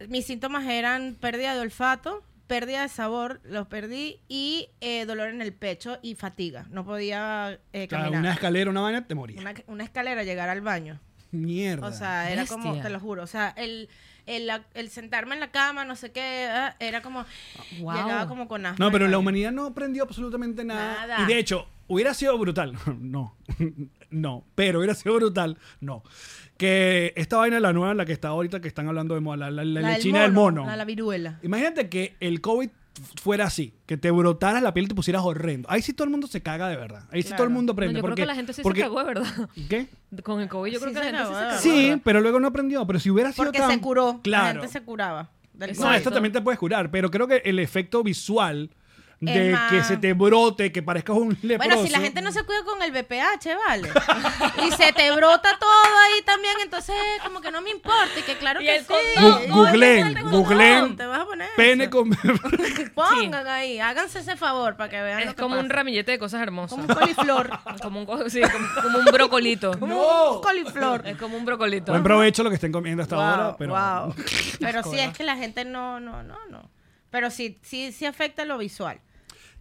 [SPEAKER 4] mis síntomas eran pérdida de olfato, pérdida de sabor, los perdí, y eh, dolor en el pecho y fatiga. No podía eh,
[SPEAKER 3] Claro,
[SPEAKER 4] caminar.
[SPEAKER 3] una escalera, una vaina, te morías.
[SPEAKER 4] Una, una escalera, llegar al baño.
[SPEAKER 3] Mierda.
[SPEAKER 4] O sea, era como,
[SPEAKER 2] Bestia.
[SPEAKER 4] te lo juro, o sea, el, el, la- el sentarme en la cama, no sé qué, ah, era como,
[SPEAKER 2] Wow.
[SPEAKER 4] llegaba como con asma.
[SPEAKER 3] no, pero
[SPEAKER 4] al
[SPEAKER 3] la
[SPEAKER 4] baño.
[SPEAKER 3] humanidad no aprendió absolutamente nada.
[SPEAKER 4] Nada.
[SPEAKER 3] Y de hecho, hubiera sido brutal. [LAUGHS] No, no, pero hubiera sido brutal. No. Que esta vaina, la nueva, la que está ahorita, que están hablando de moda, la, la, la
[SPEAKER 4] La
[SPEAKER 3] lechina del mono.
[SPEAKER 4] La, la viruela.
[SPEAKER 3] Imagínate que el COVID fuera así, que te brotara la piel y te pusieras horrendo. Ahí sí todo el mundo se caga de verdad. Ahí sí todo el mundo
[SPEAKER 2] No,
[SPEAKER 3] aprende.
[SPEAKER 2] yo creo
[SPEAKER 3] porque,
[SPEAKER 2] que la gente sí
[SPEAKER 3] porque-
[SPEAKER 2] se cagó, de verdad.
[SPEAKER 3] ¿Qué?
[SPEAKER 2] Con el COVID, yo
[SPEAKER 4] Sí
[SPEAKER 2] creo que
[SPEAKER 4] se
[SPEAKER 2] la gente sí se
[SPEAKER 4] cagó,
[SPEAKER 2] cagó.
[SPEAKER 4] de
[SPEAKER 3] Sí,
[SPEAKER 4] verdad.
[SPEAKER 3] pero luego no aprendió. Pero si hubiera sido
[SPEAKER 4] Porque
[SPEAKER 3] tan-
[SPEAKER 4] se curó,
[SPEAKER 3] Claro.
[SPEAKER 4] la gente se curaba. del
[SPEAKER 3] No,
[SPEAKER 4] COVID.
[SPEAKER 3] esto también te puedes curar, pero creo que el efecto visual
[SPEAKER 4] Es
[SPEAKER 3] de
[SPEAKER 4] más-
[SPEAKER 3] que se te brote, que parezcas un [LAUGHS] leproso.
[SPEAKER 4] Bueno, si la gente no se cuida con el BPH, vale. y se te brota todo ahí también, entonces como que no me importa. Y que claro
[SPEAKER 2] Y
[SPEAKER 4] que
[SPEAKER 2] el
[SPEAKER 4] sí.
[SPEAKER 2] condón,
[SPEAKER 3] Gu- googleen, googleen.
[SPEAKER 4] Te vas a poner.
[SPEAKER 3] Pene
[SPEAKER 4] eso.
[SPEAKER 3] con...
[SPEAKER 4] [LAUGHS] Pongan ahí, háganse ese favor para que vean.
[SPEAKER 2] Es
[SPEAKER 4] lo que
[SPEAKER 2] como un
[SPEAKER 4] pasa.
[SPEAKER 2] ramillete de cosas hermosas.
[SPEAKER 4] Como un coliflor.
[SPEAKER 2] [LAUGHS] Como un, co- sí, como, como un brocolito.
[SPEAKER 4] Como un coliflor.
[SPEAKER 2] Es como un brocolito.
[SPEAKER 3] Buen provecho lo que estén comiendo [LAUGHS] hasta ahora,
[SPEAKER 4] Wow,
[SPEAKER 3] pero... [LAUGHS]
[SPEAKER 4] wow. Pero sí
[SPEAKER 2] cosas.
[SPEAKER 4] es que la gente no, no, no, no. Pero sí, sí, sí afecta lo visual.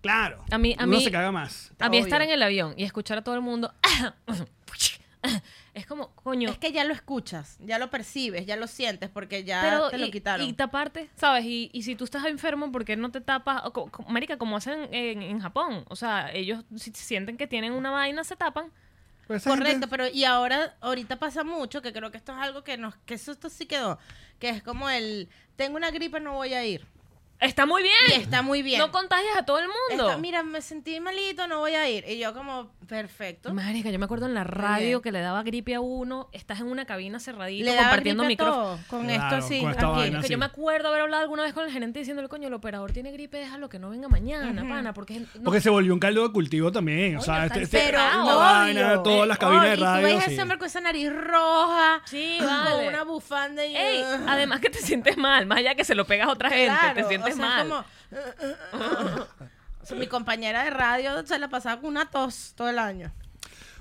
[SPEAKER 3] Claro.
[SPEAKER 2] A mí- a
[SPEAKER 3] Uno
[SPEAKER 2] mí-
[SPEAKER 3] se caga más.
[SPEAKER 2] A mí
[SPEAKER 4] Obvio.
[SPEAKER 2] estar en el avión y escuchar a todo el mundo [COUGHS] Es como, coño.
[SPEAKER 4] Es que ya lo escuchas, ya lo percibes, ya lo sientes, porque ya
[SPEAKER 2] pero
[SPEAKER 4] te lo
[SPEAKER 2] y,
[SPEAKER 4] quitaron.
[SPEAKER 2] y taparte, ¿sabes? Y, y si tú estás enfermo, ¿por qué no te tapas? O co- co- marica, como hacen en, en Japón. O sea, ellos si sienten que tienen una vaina, se tapan.
[SPEAKER 3] Pues esa gente-
[SPEAKER 4] Correcto, pero y ahora, ahorita pasa mucho, que creo que esto es algo que nos, que eso esto sí quedó, que es como el, tengo una gripe, no voy a ir.
[SPEAKER 2] ¡Está muy
[SPEAKER 4] Y
[SPEAKER 2] bien!
[SPEAKER 4] está muy bien.
[SPEAKER 2] ¡Ah! No contagias a todo el mundo.
[SPEAKER 4] Está, mira, me sentí malito, no voy a ir. Y yo como, perfecto.
[SPEAKER 2] Marica, yo me acuerdo en la
[SPEAKER 4] bien.
[SPEAKER 2] radio que le daba gripe a uno, estás en una cabina cerradita
[SPEAKER 4] Le daba
[SPEAKER 2] compartiendo
[SPEAKER 4] gripe a
[SPEAKER 2] micrófono.
[SPEAKER 4] todo, Con
[SPEAKER 3] Claro,
[SPEAKER 4] esto sí,
[SPEAKER 3] con esta
[SPEAKER 4] aquí.
[SPEAKER 3] vaina.
[SPEAKER 2] Que
[SPEAKER 3] sí.
[SPEAKER 2] yo me acuerdo haber hablado alguna vez con el gerente diciéndole, coño, el operador tiene gripe, déjalo que no venga mañana, pana, porque es el- no-
[SPEAKER 3] Porque se volvió un caldo de cultivo también. o
[SPEAKER 2] Coño,
[SPEAKER 3] sea, este,
[SPEAKER 2] está
[SPEAKER 3] este-
[SPEAKER 4] Pero
[SPEAKER 2] Cerrado.
[SPEAKER 3] esta vaina,
[SPEAKER 4] obvio.
[SPEAKER 3] todas las
[SPEAKER 4] Eh,
[SPEAKER 3] cabinas de
[SPEAKER 4] obvio, y
[SPEAKER 3] radio.
[SPEAKER 4] Tú ves a
[SPEAKER 3] sí.
[SPEAKER 4] ese hombre con esa nariz roja.
[SPEAKER 2] Sí,
[SPEAKER 4] [CLEARS THROAT] Con
[SPEAKER 2] vale.
[SPEAKER 4] una bufanda y... uh,
[SPEAKER 2] Ey, además que te sientes mal, más allá que se lo pegas a otra gente, te
[SPEAKER 4] Claro,
[SPEAKER 2] sientes
[SPEAKER 4] o sea,
[SPEAKER 2] mal.
[SPEAKER 4] como, uh, O sea, mi compañera de radio se la pasaba con una tos todo el año.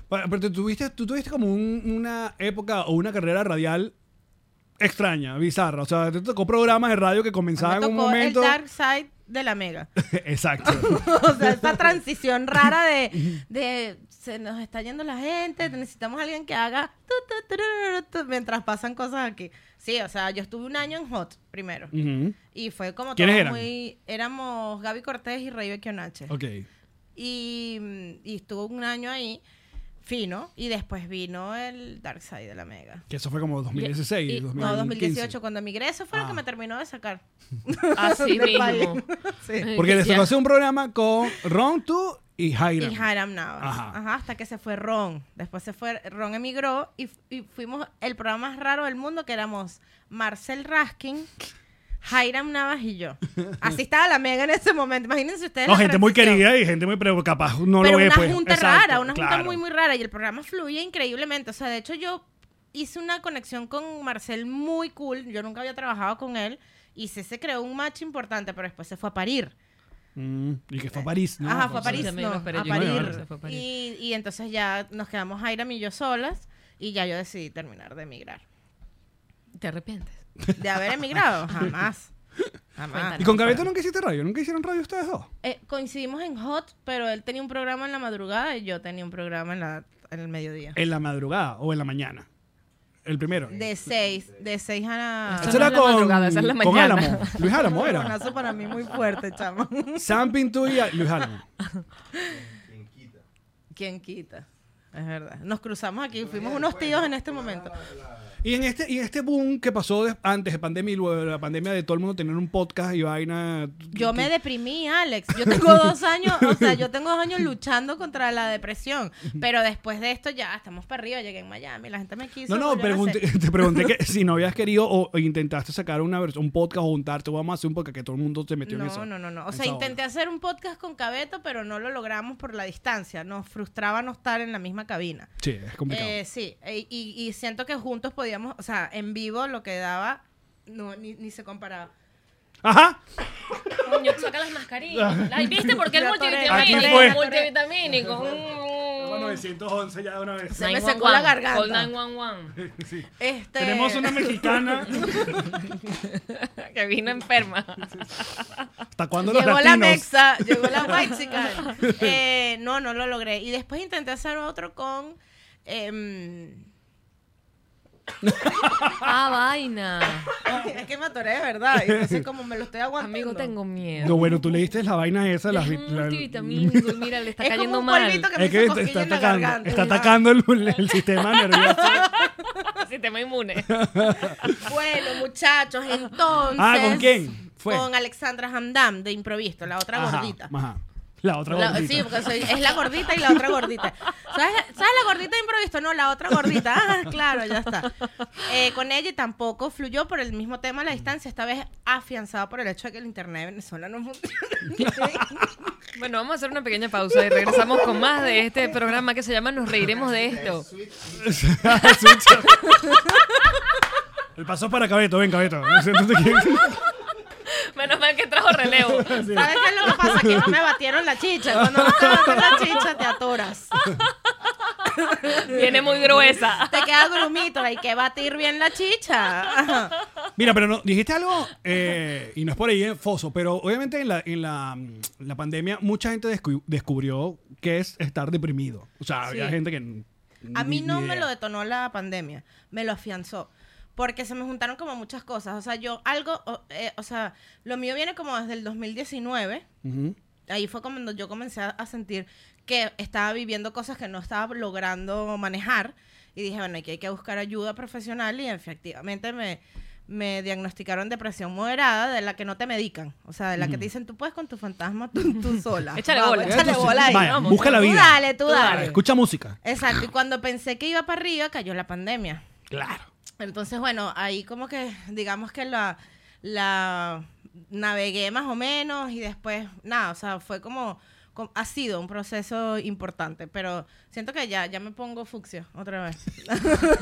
[SPEAKER 3] Bueno, pero tú tuviste, tú tuviste como un- una época o una carrera radial extraña, bizarra. O sea, te tocó programas de radio que comenzaban
[SPEAKER 4] Me
[SPEAKER 3] en un
[SPEAKER 4] tocó
[SPEAKER 3] momento.
[SPEAKER 4] el dark side de la mega.
[SPEAKER 3] [LAUGHS]
[SPEAKER 4] [LAUGHS]
[SPEAKER 3] Exacto.
[SPEAKER 4] o sea, esta transición rara de, de se nos está yendo la gente, necesitamos a alguien que haga tu, tu, turururu, tu, mientras pasan cosas aquí. Sí, o sea, yo estuve un año en Hot primero.
[SPEAKER 3] [LAUGHS] Ujú.
[SPEAKER 4] Y fue como
[SPEAKER 3] ¿Quiénes
[SPEAKER 4] todo
[SPEAKER 3] eran?
[SPEAKER 4] muy... Éramos Gaby Cortés y Rey Bequionache.
[SPEAKER 3] Ok.
[SPEAKER 4] y, y estuvo un año ahí fino y después vino el Dark Side de la Mega.
[SPEAKER 3] Que eso fue como 2016,
[SPEAKER 2] Y- y- no,
[SPEAKER 3] 2015.
[SPEAKER 4] No, 2018 cuando migré, eso fue lo
[SPEAKER 3] Ah.
[SPEAKER 4] que me terminó de sacar.
[SPEAKER 2] Así
[SPEAKER 4] del
[SPEAKER 2] [LAUGHS]
[SPEAKER 4] país.
[SPEAKER 2] mismo.
[SPEAKER 4] sí.
[SPEAKER 3] Porque les
[SPEAKER 2] Ya.
[SPEAKER 3] tocó hacer un programa con Ron, tú y Hiram.
[SPEAKER 4] Y Hiram Navas.
[SPEAKER 3] Ajá.
[SPEAKER 4] Ajá. hasta que se fue Ron. Después se fue, Ron emigró y, fu- y fuimos el programa más raro del mundo que éramos Marcel Raskin, Hiram Navas
[SPEAKER 3] [LAUGHS]
[SPEAKER 4] y yo. Así estaba la mega en ese momento. Imagínense ustedes.
[SPEAKER 3] No,
[SPEAKER 4] la
[SPEAKER 3] gente muy
[SPEAKER 4] transición.
[SPEAKER 3] querida y gente muy pero capaz no
[SPEAKER 4] pero
[SPEAKER 3] lo ve
[SPEAKER 4] una
[SPEAKER 3] pues.
[SPEAKER 4] junta
[SPEAKER 3] Exacto,
[SPEAKER 4] rara, una junta
[SPEAKER 3] claro.
[SPEAKER 4] muy muy rara y el programa fluye increíblemente, o sea, de hecho yo hice una conexión con Marcel muy cool, yo nunca había trabajado con él y sí se creó un match importante, pero después se fue a parir.
[SPEAKER 3] Mm, y que fue a París, ¿no?
[SPEAKER 4] Ajá, fue a
[SPEAKER 3] Entonces,
[SPEAKER 4] París,
[SPEAKER 2] Yo también
[SPEAKER 4] no,
[SPEAKER 2] los paré,
[SPEAKER 4] a
[SPEAKER 2] yo
[SPEAKER 3] también
[SPEAKER 4] parir.
[SPEAKER 3] los
[SPEAKER 2] se fue a parir.
[SPEAKER 4] Y, y entonces ya nos quedamos Jairam y yo solas y ya yo decidí terminar de emigrar.
[SPEAKER 2] ¿Te arrepientes?
[SPEAKER 4] De haber emigrado, jamás. Jamás.
[SPEAKER 3] ¿Y con Gabeto nunca hiciste radio? ¿Nunca hicieron radio ustedes dos?
[SPEAKER 4] Eh, coincidimos en Hot, pero él tenía un programa en la madrugada y yo tenía un programa en, la, en el mediodía.
[SPEAKER 3] En la madrugada o en la mañana. El primero.
[SPEAKER 4] De seis, de seis a...
[SPEAKER 3] Eso
[SPEAKER 2] Esa no
[SPEAKER 3] era
[SPEAKER 2] es la
[SPEAKER 3] con,
[SPEAKER 2] madrugada, esa es la
[SPEAKER 3] con
[SPEAKER 2] mañana.
[SPEAKER 3] Álamo. Luis Álamo
[SPEAKER 4] Un
[SPEAKER 3] era.
[SPEAKER 4] coñazo para mí muy fuerte, chamo. [LAUGHS]
[SPEAKER 3] Sam Pintu y a- Luis Álamo.
[SPEAKER 4] ¿Quién quita? Es verdad. Nos cruzamos aquí, fuimos unos tíos en este momento.
[SPEAKER 3] Y en este, y en este boom que pasó de- antes de pandemia y luego de la pandemia de todo el mundo tener un podcast y vaina.
[SPEAKER 4] Yo me deprimí, Alex.
[SPEAKER 3] [LAUGHS]
[SPEAKER 4] Yo tengo dos años, o sea, yo tengo dos años luchando contra la depresión. Pero después de esto ya estamos para arriba. Llegué en Miami, la gente me quiso.
[SPEAKER 3] No, no,
[SPEAKER 4] volvió a
[SPEAKER 3] pregunté- [LAUGHS]
[SPEAKER 4] nacer.
[SPEAKER 3] te pregunté
[SPEAKER 4] [LAUGHS]
[SPEAKER 3] que si no habías querido o, o intentaste sacar una vers- un podcast o juntarte, vamos a hacer un podcast que todo el mundo se metió en eso.
[SPEAKER 4] No, no, no, no. O
[SPEAKER 3] en
[SPEAKER 4] sea,
[SPEAKER 3] esa
[SPEAKER 4] intenté hacer un podcast con Cabeto, pero no lo logramos por la distancia. Nos frustraba no estar en la misma cabina.
[SPEAKER 3] Sí, es complicado.
[SPEAKER 4] Eh, sí, eh, y, y siento que juntos podíamos, o sea, en vivo lo que daba no, ni, ni se comparaba.
[SPEAKER 3] Ajá.
[SPEAKER 2] Coño, saca las
[SPEAKER 4] [LAUGHS]
[SPEAKER 2] mascarillas. Ay, ¿Viste? Porque el
[SPEAKER 4] La
[SPEAKER 2] multivitamínico,
[SPEAKER 3] toré, la
[SPEAKER 2] el
[SPEAKER 4] toré.
[SPEAKER 2] multivitamínico. Mm.
[SPEAKER 3] 911 ya de una vez.
[SPEAKER 4] [LAUGHS] Se me secó la garganta.
[SPEAKER 2] Call 911.
[SPEAKER 4] Este,
[SPEAKER 3] Tenemos una mexicana.
[SPEAKER 4] [LAUGHS]
[SPEAKER 2] que vino enferma.
[SPEAKER 3] ¿Hasta cuándo los
[SPEAKER 4] Llegó la
[SPEAKER 3] latinos?
[SPEAKER 4] Mexa, llegó
[SPEAKER 3] [LAUGHS]
[SPEAKER 4] la Mexican. Eh, no, no lo logré. Y después intenté hacer otro con. em,
[SPEAKER 2] Ah, vaina.
[SPEAKER 4] es que me atoré, de ¿verdad?
[SPEAKER 3] [LAUGHS]
[SPEAKER 4] Y entonces, como me lo estoy aguantando.
[SPEAKER 2] Amigo, tengo miedo.
[SPEAKER 3] No, bueno, tú leíste la vaina esa. Las,
[SPEAKER 2] es
[SPEAKER 3] vi-
[SPEAKER 2] un
[SPEAKER 3] la- [LAUGHS]
[SPEAKER 2] multivitamínico, mira, le está
[SPEAKER 4] es
[SPEAKER 2] cayendo
[SPEAKER 4] como un
[SPEAKER 2] mal.
[SPEAKER 4] polvito que me
[SPEAKER 3] Es que
[SPEAKER 4] hizo
[SPEAKER 3] está, está
[SPEAKER 4] cosquilla en la
[SPEAKER 3] atacando,
[SPEAKER 4] garganta.
[SPEAKER 3] está atacando el, el sistema nervioso.
[SPEAKER 2] Sistema inmune.
[SPEAKER 4] [LAUGHS] Bueno, muchachos, entonces.
[SPEAKER 3] Ah, ¿con quién? Fue.
[SPEAKER 4] Con Alexandra Hamdam, de improviso, la otra
[SPEAKER 3] Ajá,
[SPEAKER 4] gordita.
[SPEAKER 3] ajá. La otra
[SPEAKER 4] La-
[SPEAKER 3] gordita.
[SPEAKER 4] sí, porque soy- es la gordita y la otra gordita. ¿Sabes, ¿Sabes la gordita de improviso? No, la otra gordita. Ah, claro, ya está. Eh, con ella tampoco fluyó por el mismo tema a la distancia, esta vez afianzada por el hecho de que el internet de Venezuela
[SPEAKER 3] [LAUGHS]
[SPEAKER 4] no funciona.
[SPEAKER 2] Bueno, vamos a hacer una pequeña pausa y regresamos con más de este programa que se llama Nos reiremos de esto.
[SPEAKER 3] [LAUGHS] Sucho. El paso es para Cabeto, ven Cabeto. [LAUGHS] Siéntate aquí.
[SPEAKER 2] Menos mal que trajo relevo.
[SPEAKER 4] ¿Sabes qué es lo que pasa? Que no me batieron la chicha. Cuando no te baten la chicha, te atoras.
[SPEAKER 2] Viene muy gruesa.
[SPEAKER 4] Te queda grumito. Hay que batir bien la chicha. Ajá.
[SPEAKER 3] Mira, pero no, dijiste algo, eh, y no es por ahí en foso, pero obviamente en la, en la, mm, la pandemia mucha gente descu- descubrió qué es estar deprimido. O sea, había gente que...
[SPEAKER 4] A mí
[SPEAKER 3] Ni
[SPEAKER 4] no
[SPEAKER 3] idea.
[SPEAKER 4] me lo detonó la pandemia, me lo afianzó. Porque se me juntaron como muchas cosas. O sea, yo algo, o, eh, o sea, lo mío viene como desde el 2019.
[SPEAKER 3] Ujú.
[SPEAKER 4] Ahí fue cuando yo comencé a, a sentir que estaba viviendo cosas que no estaba logrando manejar. Y dije, bueno, aquí hay que buscar ayuda profesional. Y efectivamente me, me diagnosticaron depresión moderada, de la que no te medican. O sea, de la que te dicen, tú puedes con tu fantasma tú, tú sola.
[SPEAKER 2] Échale
[SPEAKER 4] Vamos,
[SPEAKER 2] bola.
[SPEAKER 4] Échale
[SPEAKER 3] Entonces,
[SPEAKER 4] bola ahí.
[SPEAKER 3] vaya,
[SPEAKER 4] vamos.
[SPEAKER 3] busca la
[SPEAKER 4] Tú
[SPEAKER 3] vida.
[SPEAKER 4] dale, tú dale.
[SPEAKER 3] Ah, Escucha música.
[SPEAKER 4] Exacto, y cuando pensé que iba para arriba, cayó la pandemia.
[SPEAKER 3] Claro.
[SPEAKER 4] Entonces, bueno, ahí como que, digamos que la, la navegué más o menos y después, nada, o sea, fue como, co- ha sido un proceso importante, pero siento que ya, ya me pongo fucsia otra vez. [LAUGHS]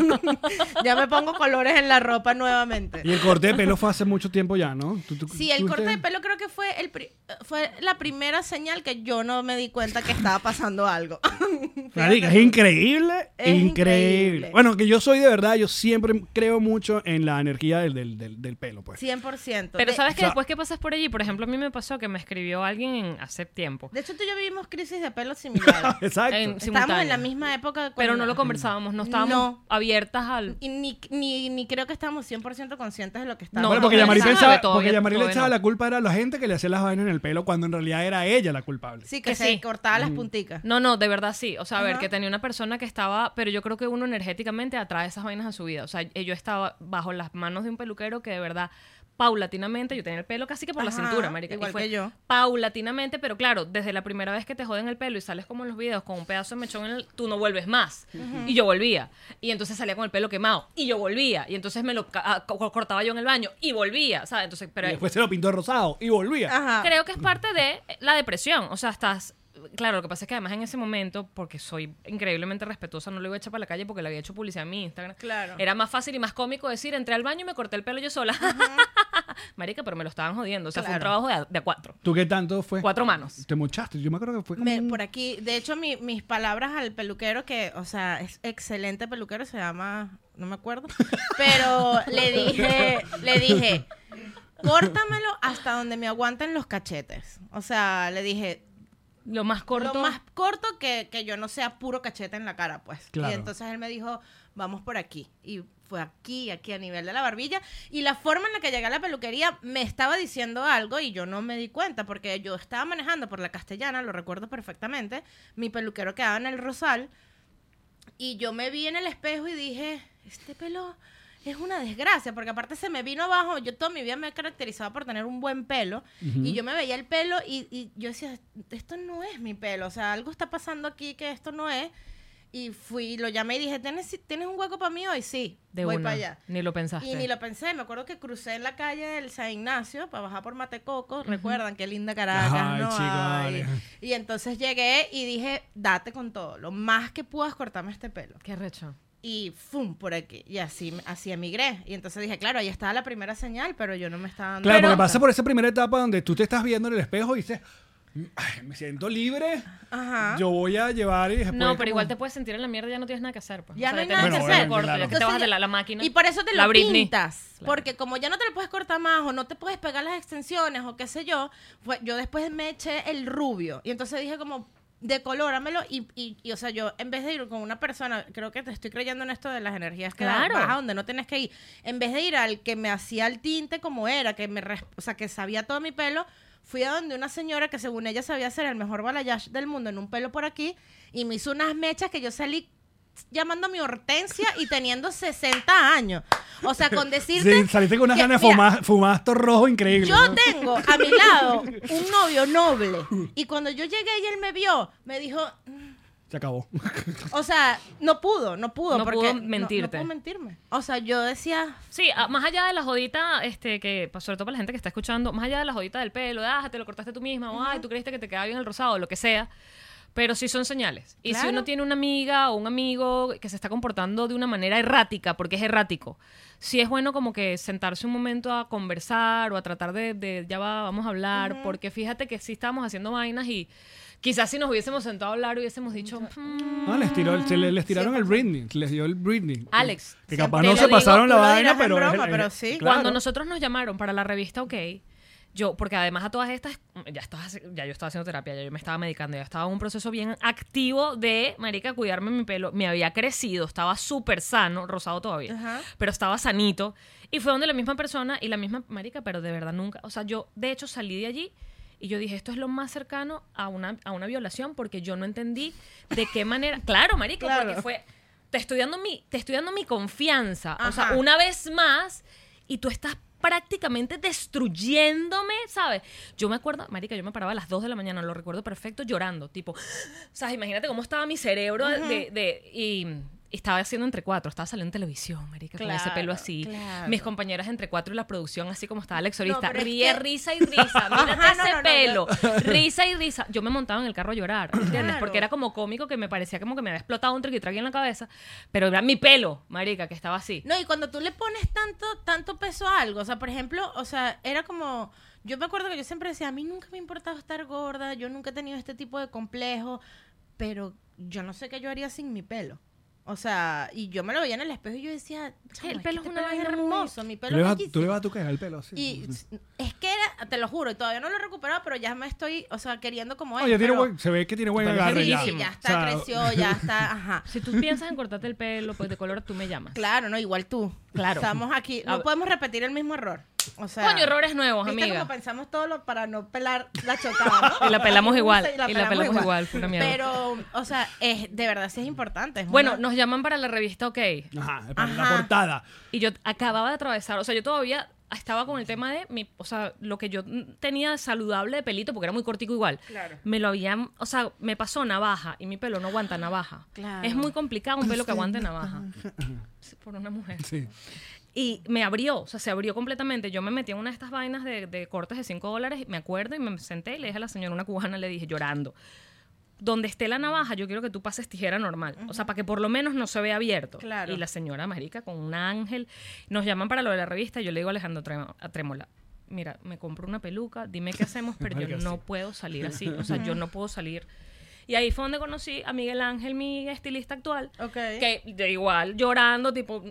[SPEAKER 4] ya me pongo colores en la ropa nuevamente.
[SPEAKER 3] Y el corte de pelo fue hace mucho tiempo ya, ¿no? ¿Tú- tú-
[SPEAKER 4] Sí, el
[SPEAKER 3] tú
[SPEAKER 4] corte
[SPEAKER 3] te-
[SPEAKER 4] de pelo creo que fue el pri- fue la primera señal que yo no me di cuenta que estaba pasando algo. [LAUGHS]
[SPEAKER 3] Marica, es increíble,
[SPEAKER 4] Es
[SPEAKER 3] increíble.
[SPEAKER 4] increíble.
[SPEAKER 3] Bueno, que yo soy de verdad, yo siempre creo mucho en la energía del, del, del, del pelo, pues.
[SPEAKER 4] 100%.
[SPEAKER 2] Pero
[SPEAKER 4] De-
[SPEAKER 2] sabes que
[SPEAKER 3] O sea-
[SPEAKER 2] después que pasas por allí, por ejemplo, a mí me pasó que me escribió alguien en- hace tiempo.
[SPEAKER 4] De hecho, tú y yo vivimos crisis
[SPEAKER 3] [LAUGHS]
[SPEAKER 4] de pelo similares.
[SPEAKER 3] [LAUGHS] Exacto.
[SPEAKER 2] En-
[SPEAKER 4] Estábamos en
[SPEAKER 2] simultánea.
[SPEAKER 4] la misma época.
[SPEAKER 2] Pero
[SPEAKER 4] cuando-
[SPEAKER 2] no lo conversábamos, no estábamos
[SPEAKER 4] No.
[SPEAKER 2] abiertas al...
[SPEAKER 4] Y ni, ni, ni creo que estábamos 100% conscientes de lo que estábamos.
[SPEAKER 3] bueno,
[SPEAKER 2] no,
[SPEAKER 3] porque
[SPEAKER 2] no,
[SPEAKER 3] Yamari
[SPEAKER 2] no,
[SPEAKER 3] pensaba,
[SPEAKER 2] no, todavía-
[SPEAKER 3] porque Yamari le
[SPEAKER 2] todavía
[SPEAKER 3] echaba
[SPEAKER 2] no.
[SPEAKER 3] la culpa era a la gente que le hacía las vainas en el pelo, cuando en realidad era ella la culpable.
[SPEAKER 4] Sí, que,
[SPEAKER 2] Que
[SPEAKER 4] se
[SPEAKER 2] sí.
[SPEAKER 4] cortaba
[SPEAKER 3] Mm.
[SPEAKER 4] las punticas.
[SPEAKER 2] No, no, de verdad sí. O sea, a ver,
[SPEAKER 4] Ajá.
[SPEAKER 2] que tenía una persona que estaba, pero yo creo que uno energéticamente atrae esas vainas a su vida. O sea, eh, yo estaba bajo las manos de un peluquero que de verdad, paulatinamente, yo tenía el pelo casi que por la
[SPEAKER 4] Ajá,
[SPEAKER 2] cintura, marica. y
[SPEAKER 4] igual
[SPEAKER 2] fue
[SPEAKER 4] que yo.
[SPEAKER 2] Paulatinamente, pero claro, desde la primera vez que te joden el pelo y sales como en los videos con un pedazo de mechón en el, tú no vuelves más. Y yo volvía. Y entonces salía con el pelo quemado. Y yo volvía. Y entonces me lo ca- ah, co- cortaba yo en el baño. Y volvía, ¿sabes? Entonces, pero
[SPEAKER 3] Y después se lo pintó de rosado y volvía.
[SPEAKER 4] Ajá.
[SPEAKER 2] creo que es parte de la depresión. O sea, estás. Claro, lo que pasa es que además en ese momento, porque soy increíblemente respetuosa, no lo iba a echar para la calle porque le había hecho publicidad en mi Instagram.
[SPEAKER 4] Claro.
[SPEAKER 2] Era más fácil y más cómico decir, entré al baño y me corté el pelo yo sola. [LAUGHS] Marica, pero me lo estaban jodiendo. O sea, fue un
[SPEAKER 4] Claro.
[SPEAKER 2] trabajo de a, de a cuatro.
[SPEAKER 3] ¿Tú qué tanto fue?
[SPEAKER 2] Cuatro manos.
[SPEAKER 3] Te mochaste, yo me acuerdo que fue como
[SPEAKER 4] Me-
[SPEAKER 3] un-
[SPEAKER 4] por aquí, de hecho, mi- mis palabras al peluquero, que, o sea, es excelente peluquero, se llama, no me acuerdo, pero le dije, le dije, córtamelo hasta donde me aguanten los cachetes. O sea, le dije,
[SPEAKER 2] Lo más corto.
[SPEAKER 4] Lo más corto que, que yo no sea puro cachete en la cara, pues.
[SPEAKER 3] Claro.
[SPEAKER 4] Y entonces él me dijo, vamos por aquí. Y fue aquí, aquí a nivel de la barbilla. Y la forma en la que llegué a la peluquería me estaba diciendo algo y yo no me di cuenta porque yo estaba manejando por la castellana, lo recuerdo perfectamente. Mi peluquero quedaba en el rosal. Y yo me vi en el espejo y dije, este pelo es una desgracia, porque aparte se me vino abajo, yo toda mi vida me he caracterizado por tener un buen pelo, y yo me veía el pelo y, y yo decía, esto no es mi pelo, o sea, algo está pasando aquí que esto no es. Y fui, lo llamé y dije, ¿tienes, ¿tienes un hueco para mí hoy? Sí,
[SPEAKER 2] de
[SPEAKER 4] voy
[SPEAKER 2] una.
[SPEAKER 4] para allá.
[SPEAKER 2] Ni lo pensaste.
[SPEAKER 4] Y ni lo pensé, me acuerdo que crucé en la calle del San Ignacio para bajar por Matecoco, recuerdan qué linda Caracas,
[SPEAKER 3] Ay,
[SPEAKER 4] ¿no?
[SPEAKER 3] chico,
[SPEAKER 4] Ay.
[SPEAKER 3] vale.
[SPEAKER 4] Y entonces llegué y dije, date con todo, lo más que puedas cortarme este pelo
[SPEAKER 2] Qué recho.
[SPEAKER 4] y ¡fum! por aquí. Y así, así emigré. Y entonces dije, claro, ahí estaba la primera señal, pero yo no me estaba dando
[SPEAKER 3] Claro, porque
[SPEAKER 4] cuenta.
[SPEAKER 3] pasa por esa primera etapa donde tú te estás viendo en el espejo y dices, "Ay, me siento libre,
[SPEAKER 4] Ajá.
[SPEAKER 3] yo voy a llevar y "Pues, después
[SPEAKER 2] No, pero
[SPEAKER 3] como-
[SPEAKER 2] igual te puedes sentir en la mierda y ya no tienes nada que hacer. Pues.
[SPEAKER 4] Ya
[SPEAKER 2] O sea,
[SPEAKER 4] no hay
[SPEAKER 2] te
[SPEAKER 4] nada
[SPEAKER 2] tienes
[SPEAKER 4] que
[SPEAKER 2] el pelo
[SPEAKER 4] hacer.
[SPEAKER 2] corto, ya que te
[SPEAKER 4] Entonces
[SPEAKER 2] bajas de
[SPEAKER 4] yo-
[SPEAKER 2] la, la máquina.
[SPEAKER 4] Y por eso te
[SPEAKER 2] La
[SPEAKER 4] lo
[SPEAKER 2] Britney.
[SPEAKER 4] pintas.
[SPEAKER 2] Claro.
[SPEAKER 4] Porque como ya no te lo puedes cortar más o no te puedes pegar las extensiones o qué sé yo, fue- yo después me eché el rubio. Y entonces dije como, decolóramelo. Y, y, y, o sea, yo en vez de ir con una persona, creo que te estoy creyendo en esto de las energías que
[SPEAKER 2] Claro.
[SPEAKER 4] baja donde no tienes que ir. En vez de ir al que me hacía el tinte como era, que me res- o sea, que sabía todo mi pelo, fui a donde una señora que según ella sabía hacer el mejor balayage del mundo en un pelo por aquí y me hizo unas mechas que yo salí llamando a mi hortensia y teniendo 60 años. O sea, con decirte
[SPEAKER 3] [LAUGHS] Sí, saliste con unas
[SPEAKER 4] que-
[SPEAKER 3] ganas de
[SPEAKER 4] mira,
[SPEAKER 3] fumar, fumasto rojo increíble.
[SPEAKER 4] yo
[SPEAKER 3] [LAUGHS] ¿no?
[SPEAKER 4] tengo a mi lado un novio noble y cuando yo llegué y él me vio, me dijo,
[SPEAKER 3] Se acabó. [LAUGHS]
[SPEAKER 4] o sea, no pudo, no pudo
[SPEAKER 2] No
[SPEAKER 4] porque
[SPEAKER 2] pudo mentirte.
[SPEAKER 4] No, pudo mentirme. O sea, yo decía,
[SPEAKER 2] Sí, a- más allá de la jodita, este, que pues, sobre todo para la gente que está escuchando, más allá de la jodita del pelo, de, ah, te lo cortaste tú misma, o ay, tú creíste que te quedaba bien el rosado, o lo que sea. Pero sí son señales. Y si
[SPEAKER 4] Claro.
[SPEAKER 2] uno tiene una amiga o un amigo que se está comportando de una manera errática, porque es errático, sí es bueno como que sentarse un momento a conversar o a tratar de, de, ya va, vamos a hablar, porque fíjate que sí estábamos haciendo vainas y quizás si nos hubiésemos sentado a hablar hubiésemos dicho, "Mm,
[SPEAKER 3] No, les, tiró, se le- les tiraron el Britney, les dio el Britney.
[SPEAKER 4] Ah,
[SPEAKER 2] Alex, siempre
[SPEAKER 3] Que capaz no
[SPEAKER 2] lo
[SPEAKER 3] se
[SPEAKER 2] digo,
[SPEAKER 3] pasaron la
[SPEAKER 4] tú lo
[SPEAKER 3] vaina,
[SPEAKER 4] dirás en
[SPEAKER 3] pero...
[SPEAKER 4] broma,
[SPEAKER 3] es- es-
[SPEAKER 4] pero sí.
[SPEAKER 3] claro.
[SPEAKER 2] Cuando nosotros nos llamaron para la revista OK, yo, porque además a todas estas, ya, estaba, haci- ya yo estaba haciendo terapia, ya yo me estaba medicando, ya estaba en un proceso bien activo de, marica, cuidarme mi pelo. Me había crecido, estaba súper sano, rosado todavía,
[SPEAKER 4] Ajá.
[SPEAKER 2] pero estaba sanito. Y fue donde la misma persona y la misma, marica, pero de verdad nunca, o sea, yo de hecho salí de allí y yo dije, esto es lo más cercano a una, a una violación porque yo no entendí de qué manera. Claro, marica, porque fue. Te estoy dando mi, te estoy dando mi confianza. O sea,
[SPEAKER 4] Ajá.
[SPEAKER 2] una vez más, y tú estás prácticamente destruyéndome, ¿sabes? Yo me acuerdo, marica, yo me paraba a las 2 de la mañana, lo recuerdo perfecto, llorando, tipo, [GASPS] ¿sabes? Imagínate cómo estaba mi cerebro de, de- y, y estaba haciendo entre cuatro, estaba saliendo en televisión, marica, con ese pelo
[SPEAKER 4] Claro,
[SPEAKER 2] así,
[SPEAKER 4] claro.
[SPEAKER 2] mis compañeras entre cuatro y la producción así como estaba Alex Solista,
[SPEAKER 4] No, pero es
[SPEAKER 2] ríe,
[SPEAKER 4] que-
[SPEAKER 2] risa y
[SPEAKER 4] [LAUGHS]
[SPEAKER 2] risa, mírate
[SPEAKER 4] Ajá, no,
[SPEAKER 2] ese
[SPEAKER 4] no, no, [LAUGHS]
[SPEAKER 2] pelo, risa y risa. Yo me montaba en el carro a llorar, ¿entiendes?
[SPEAKER 4] Claro.
[SPEAKER 2] Porque era como cómico que me parecía como que me había explotado un triquitraqui en la cabeza, pero era mi pelo, marica, que estaba así.
[SPEAKER 4] No, y cuando tú le pones tanto, tanto peso a algo, o sea, por ejemplo, o sea, era como, yo me acuerdo que yo siempre decía, a mí nunca me ha importado estar gorda, yo nunca he tenido este tipo de complejo, pero yo no sé qué yo haría sin mi pelo. O sea, y yo me lo veía en el espejo y yo decía, "Chamo,
[SPEAKER 2] el
[SPEAKER 4] es
[SPEAKER 2] pelo
[SPEAKER 4] que
[SPEAKER 2] es una
[SPEAKER 4] este es
[SPEAKER 2] vaina muy-
[SPEAKER 4] hermoso, mi
[SPEAKER 3] Tú
[SPEAKER 4] pelo
[SPEAKER 3] le,
[SPEAKER 4] es
[SPEAKER 3] vas, tú
[SPEAKER 4] bellísimo".
[SPEAKER 3] le vas a tu caja al pelo así.
[SPEAKER 4] Y es que era, te lo juro, y todavía no lo he recuperado, pero ya me estoy, o sea, queriendo como
[SPEAKER 3] No,
[SPEAKER 4] él,
[SPEAKER 3] ya tiene
[SPEAKER 4] pero-
[SPEAKER 3] buen- se ve que tiene buen
[SPEAKER 2] Pero es
[SPEAKER 3] agarre
[SPEAKER 4] Sí,
[SPEAKER 3] ya.
[SPEAKER 4] ya,
[SPEAKER 3] O
[SPEAKER 4] está,
[SPEAKER 3] sea,
[SPEAKER 4] creció, ya está, ajá.
[SPEAKER 2] Si tú piensas en cortarte el pelo, pues de color tú me llamas.
[SPEAKER 4] Claro, no, igual tú.
[SPEAKER 2] Claro.
[SPEAKER 4] Estamos aquí,
[SPEAKER 2] A
[SPEAKER 4] no
[SPEAKER 2] ver.
[SPEAKER 4] podemos repetir el mismo error. O sea,
[SPEAKER 2] Ah, Coño, errores nuevos,
[SPEAKER 4] ¿Viste
[SPEAKER 2] amiga.
[SPEAKER 4] cómo pensamos todo lo para no pelar la chocada?
[SPEAKER 2] [LAUGHS]
[SPEAKER 4] ¿no?
[SPEAKER 2] Y la pelamos igual,
[SPEAKER 4] Y
[SPEAKER 2] y la pelamos igual, pura mierda.
[SPEAKER 4] Pero, o sea, es, de verdad sí es importante. es
[SPEAKER 2] Bueno,
[SPEAKER 4] una-
[SPEAKER 2] nos llaman para la revista OK.
[SPEAKER 3] Ajá, para la
[SPEAKER 4] Ajá.
[SPEAKER 3] portada.
[SPEAKER 2] Y yo acababa de atravesar, o sea, yo todavía estaba con el tema de mi, o sea, lo que yo mm, tenía saludable de pelito, porque era muy cortico igual.
[SPEAKER 4] Claro.
[SPEAKER 2] Me lo habían, o sea, me pasó navaja y mi pelo no aguanta navaja.
[SPEAKER 4] Claro.
[SPEAKER 2] Es muy complicado un pelo que aguante
[SPEAKER 4] [LAUGHS]
[SPEAKER 2] navaja. Sí, Por una mujer.
[SPEAKER 3] Sí.
[SPEAKER 2] Y me abrió, o sea, se abrió completamente. Yo me metí en una de estas vainas de, de cortes de 5 dólares, me acuerdo, y me senté y le dije a la señora, una cubana, le dije, llorando, donde esté la navaja, yo quiero que tú pases tijera normal. O sea, para que por lo menos no se vea abierto.
[SPEAKER 4] Claro.
[SPEAKER 2] Y la señora Marica con un ángel, nos llaman para lo de la revista, y yo le digo a Alejandro Tremo- a Trémola, mira, me compro una peluca, dime qué hacemos, pero yo
[SPEAKER 3] Marica,
[SPEAKER 2] no
[SPEAKER 3] sí.
[SPEAKER 2] puedo salir así. O sea, yo no puedo salir. Y ahí fue donde conocí a Miguel Ángel, mi estilista actual,
[SPEAKER 4] Ok.
[SPEAKER 2] que de igual, llorando, tipo,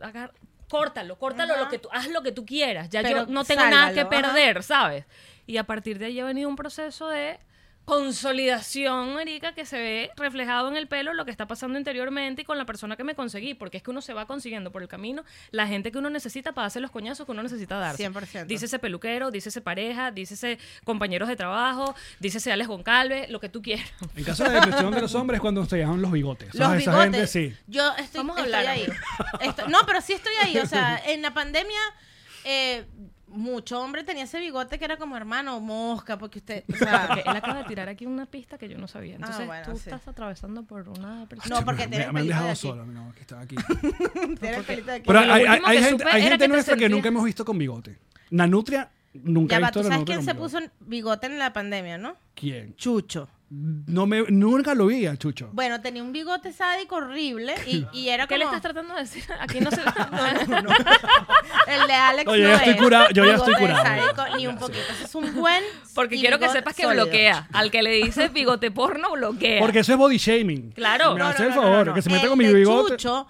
[SPEAKER 2] agar- córtalo, córtalo,
[SPEAKER 4] Ajá.
[SPEAKER 2] lo que tú, haz lo que tú quieras. Ya yo
[SPEAKER 4] Pero
[SPEAKER 2] no tengo nada que
[SPEAKER 4] sálvalo, ajá.
[SPEAKER 2] perder, ¿sabes? Y a partir de ahí ha venido un proceso de consolidación, marica, que se ve reflejado en el pelo lo que está pasando interiormente y con la persona que me conseguí, porque es que uno se va consiguiendo por el camino la gente que uno necesita para hacer los coñazos que uno necesita darse.
[SPEAKER 4] 100%.
[SPEAKER 2] Dice ese peluquero, dice ese pareja, dice ese compañeros de trabajo, dice ese Alex Goncalves, lo que tú quieras.
[SPEAKER 3] En caso de la depresión de los hombres es cuando se dejan los bigotes.
[SPEAKER 4] Los
[SPEAKER 3] ¿sabes?
[SPEAKER 4] bigotes.
[SPEAKER 3] Esa gente sí.
[SPEAKER 4] Yo estoy,
[SPEAKER 2] Vamos a
[SPEAKER 4] estoy
[SPEAKER 2] hablar,
[SPEAKER 4] ahí.
[SPEAKER 2] amigo.
[SPEAKER 4] [LAUGHS] Esto- no, pero sí estoy ahí.
[SPEAKER 2] [LAUGHS]
[SPEAKER 4] O sea, en la pandemia, eh, mucho hombre tenía ese bigote que era como hermano mosca, porque usted. o
[SPEAKER 2] [LAUGHS]
[SPEAKER 4] sea, [LAUGHS]
[SPEAKER 2] Porque él acaba de tirar aquí una pista que yo no sabía. Entonces
[SPEAKER 4] Ah, bueno,
[SPEAKER 2] tú
[SPEAKER 4] sí.
[SPEAKER 2] estás atravesando por una depresión.
[SPEAKER 4] No, porque
[SPEAKER 3] me, me
[SPEAKER 4] tienes
[SPEAKER 3] han
[SPEAKER 4] pelito
[SPEAKER 3] dejado
[SPEAKER 4] de aquí.
[SPEAKER 3] solo, no, que estaba aquí.
[SPEAKER 4] tiene el pelito de aquí.
[SPEAKER 3] Pero
[SPEAKER 2] lo
[SPEAKER 3] hay, hay-
[SPEAKER 2] último
[SPEAKER 3] hay
[SPEAKER 2] que
[SPEAKER 3] gente,
[SPEAKER 2] supe
[SPEAKER 3] hay
[SPEAKER 2] era
[SPEAKER 3] gente
[SPEAKER 2] que te
[SPEAKER 3] nuestra que
[SPEAKER 2] sentías-
[SPEAKER 3] nunca hemos visto con bigote. Nanutria nunca
[SPEAKER 4] ya
[SPEAKER 3] he
[SPEAKER 4] va,
[SPEAKER 3] visto
[SPEAKER 4] tú
[SPEAKER 3] a la
[SPEAKER 4] sabes
[SPEAKER 3] Nanutria
[SPEAKER 4] quién
[SPEAKER 3] con
[SPEAKER 4] se
[SPEAKER 3] bigote.
[SPEAKER 4] puso bigote en la pandemia, ¿no?
[SPEAKER 3] ¿Quién?
[SPEAKER 4] Chucho.
[SPEAKER 3] No me, nunca lo vi al Chucho.
[SPEAKER 4] Bueno, tenía un bigote sádico horrible
[SPEAKER 3] [LAUGHS]
[SPEAKER 4] y, y era
[SPEAKER 2] ¿Qué le
[SPEAKER 4] como
[SPEAKER 2] estás tratando de decir? Aquí
[SPEAKER 4] [LAUGHS]
[SPEAKER 2] no se...
[SPEAKER 4] el de Alex.
[SPEAKER 3] No, yo ya
[SPEAKER 4] no
[SPEAKER 3] estoy
[SPEAKER 4] es
[SPEAKER 3] curado, yo ya
[SPEAKER 4] bigote
[SPEAKER 3] estoy curado,
[SPEAKER 4] sádico
[SPEAKER 3] ya.
[SPEAKER 4] ni un
[SPEAKER 3] Ya,
[SPEAKER 4] poquito. Ese Es un buen.
[SPEAKER 2] Porque
[SPEAKER 4] y
[SPEAKER 2] quiero que
[SPEAKER 4] bigote
[SPEAKER 2] sepas que
[SPEAKER 4] sólido.
[SPEAKER 2] bloquea. Al que le dices bigote porno, bloquea.
[SPEAKER 3] Porque eso es body shaming.
[SPEAKER 2] Claro.
[SPEAKER 3] Me
[SPEAKER 2] No,
[SPEAKER 3] hace
[SPEAKER 4] no,
[SPEAKER 3] el
[SPEAKER 4] no, no,
[SPEAKER 3] favor,
[SPEAKER 4] no.
[SPEAKER 3] que se meta
[SPEAKER 4] El
[SPEAKER 3] con mi
[SPEAKER 4] de
[SPEAKER 3] bigote.
[SPEAKER 4] Chucho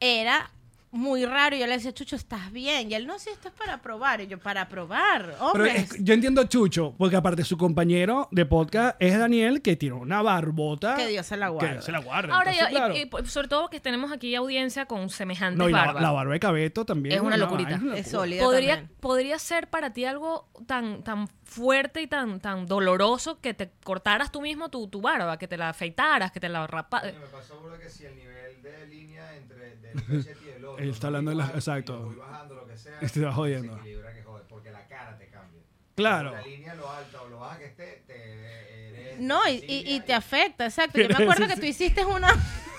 [SPEAKER 4] era muy raro. y Yo le decía, Chucho, ¿estás bien? Y él, no, sí, esto es para probar. Y yo, para probar,
[SPEAKER 3] Pero
[SPEAKER 4] hombre.
[SPEAKER 3] es- yo entiendo a Chucho, porque aparte su compañero de podcast es Daniel, que tiene una barbota.
[SPEAKER 4] Que Dios se la guarde.
[SPEAKER 3] Que Dios se la guarde.
[SPEAKER 2] Ahora,
[SPEAKER 3] Entonces,
[SPEAKER 2] yo- y-
[SPEAKER 3] claro.
[SPEAKER 2] y, por- sobre todo que tenemos aquí audiencia con semejante
[SPEAKER 3] No, y la,
[SPEAKER 2] barba.
[SPEAKER 3] la barba de Cabeto también.
[SPEAKER 2] Es una
[SPEAKER 3] no,
[SPEAKER 2] locurita.
[SPEAKER 3] una
[SPEAKER 4] Es
[SPEAKER 3] locura.
[SPEAKER 4] sólida
[SPEAKER 2] ¿Podría,
[SPEAKER 4] también.
[SPEAKER 2] podría ser para ti algo tan, tan fuerte y tan, tan doloroso que te cortaras tú mismo tu, tu barba, que te la afeitaras, que te la
[SPEAKER 3] Eh,
[SPEAKER 2] raparas.
[SPEAKER 7] Me pasó seguro que si el nivel de línea entre del cachete y el otro.
[SPEAKER 3] Él está
[SPEAKER 7] no
[SPEAKER 3] hablando de las-
[SPEAKER 7] igual,
[SPEAKER 3] exacto.
[SPEAKER 7] y lo voy bajando, lo que sea,
[SPEAKER 3] [LAUGHS] Te está jodiendo.
[SPEAKER 7] Se equilibra que jode, porque la cara te cambia.
[SPEAKER 3] Claro.
[SPEAKER 7] La línea lo alta o lo baja que esté, te eres
[SPEAKER 4] No, y, y- y te afecta, exacto. Yo me
[SPEAKER 3] Eres
[SPEAKER 4] acuerdo que tú hiciste una.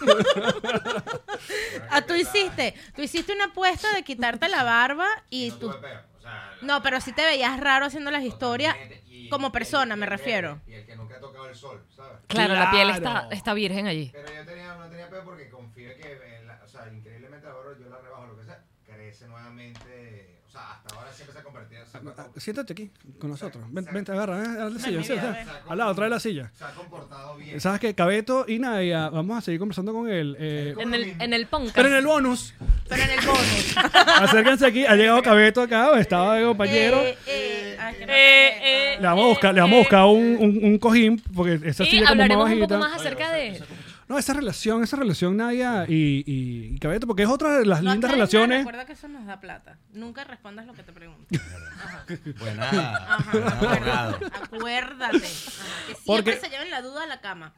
[SPEAKER 4] [LAUGHS] ah, tú hiciste, tú hiciste una apuesta de quitarte la barba y
[SPEAKER 7] no
[SPEAKER 4] tú.
[SPEAKER 7] tuve peo, o sea, la-
[SPEAKER 4] No, pero sí te veías raro haciendo las historias
[SPEAKER 7] totalmente, y-
[SPEAKER 4] como
[SPEAKER 7] y-
[SPEAKER 4] persona,
[SPEAKER 7] y-
[SPEAKER 4] me
[SPEAKER 7] y-
[SPEAKER 4] refiero.
[SPEAKER 7] Y el que nunca ha tocado el sol, ¿sabes?
[SPEAKER 2] Claro, la piel está,
[SPEAKER 3] Claro.
[SPEAKER 2] está virgen allí.
[SPEAKER 7] Pero yo tenía, no tenía peo porque confío que, eh, la- o sea, increíblemente la barba yo la rebajo, lo que sea, crece nuevamente. O sea, hasta ahora siempre se ha convertido en
[SPEAKER 3] Ah, Siéntate aquí con nosotros. Ven, ven, agarra, eh, haz la silla. sí, sí.
[SPEAKER 7] ven.
[SPEAKER 3] Al lado, trae la silla.
[SPEAKER 7] se ha comportado bien.
[SPEAKER 3] Sabes que Cabeto y Nadia, vamos a seguir conversando con él. eh,
[SPEAKER 2] En el, en el podcast.
[SPEAKER 3] pero en el bonus,
[SPEAKER 4] Pero en el bonus.
[SPEAKER 3] acérquense aquí. Ha llegado Cabeto acá, estaba de compañero.
[SPEAKER 4] Eh, eh, aquí.
[SPEAKER 2] Eh, eh,
[SPEAKER 3] Le vamos a buscar, le vamos a
[SPEAKER 2] eh,
[SPEAKER 3] buscar un, un, un cojín, porque esta sí
[SPEAKER 2] Y
[SPEAKER 3] es como más
[SPEAKER 2] hablaremos un poco
[SPEAKER 3] bajita.
[SPEAKER 2] más acerca de...
[SPEAKER 3] No, esa relación, esa relación Nadia y, y, y Cabeto, porque es otra de las
[SPEAKER 4] No
[SPEAKER 3] lindas
[SPEAKER 4] aclares nada,
[SPEAKER 3] relaciones.
[SPEAKER 4] Recuerda que eso nos da plata. Nunca respondas lo que te [LAUGHS] pregunto. Ajá.
[SPEAKER 7] Buena,
[SPEAKER 4] Ajá.
[SPEAKER 7] buen abogado.
[SPEAKER 4] Acuérdate. Acuérdate. Ajá, Que siempre
[SPEAKER 3] Porque-
[SPEAKER 4] se lleven la duda a
[SPEAKER 3] [CLEARS THROAT]
[SPEAKER 4] la cama.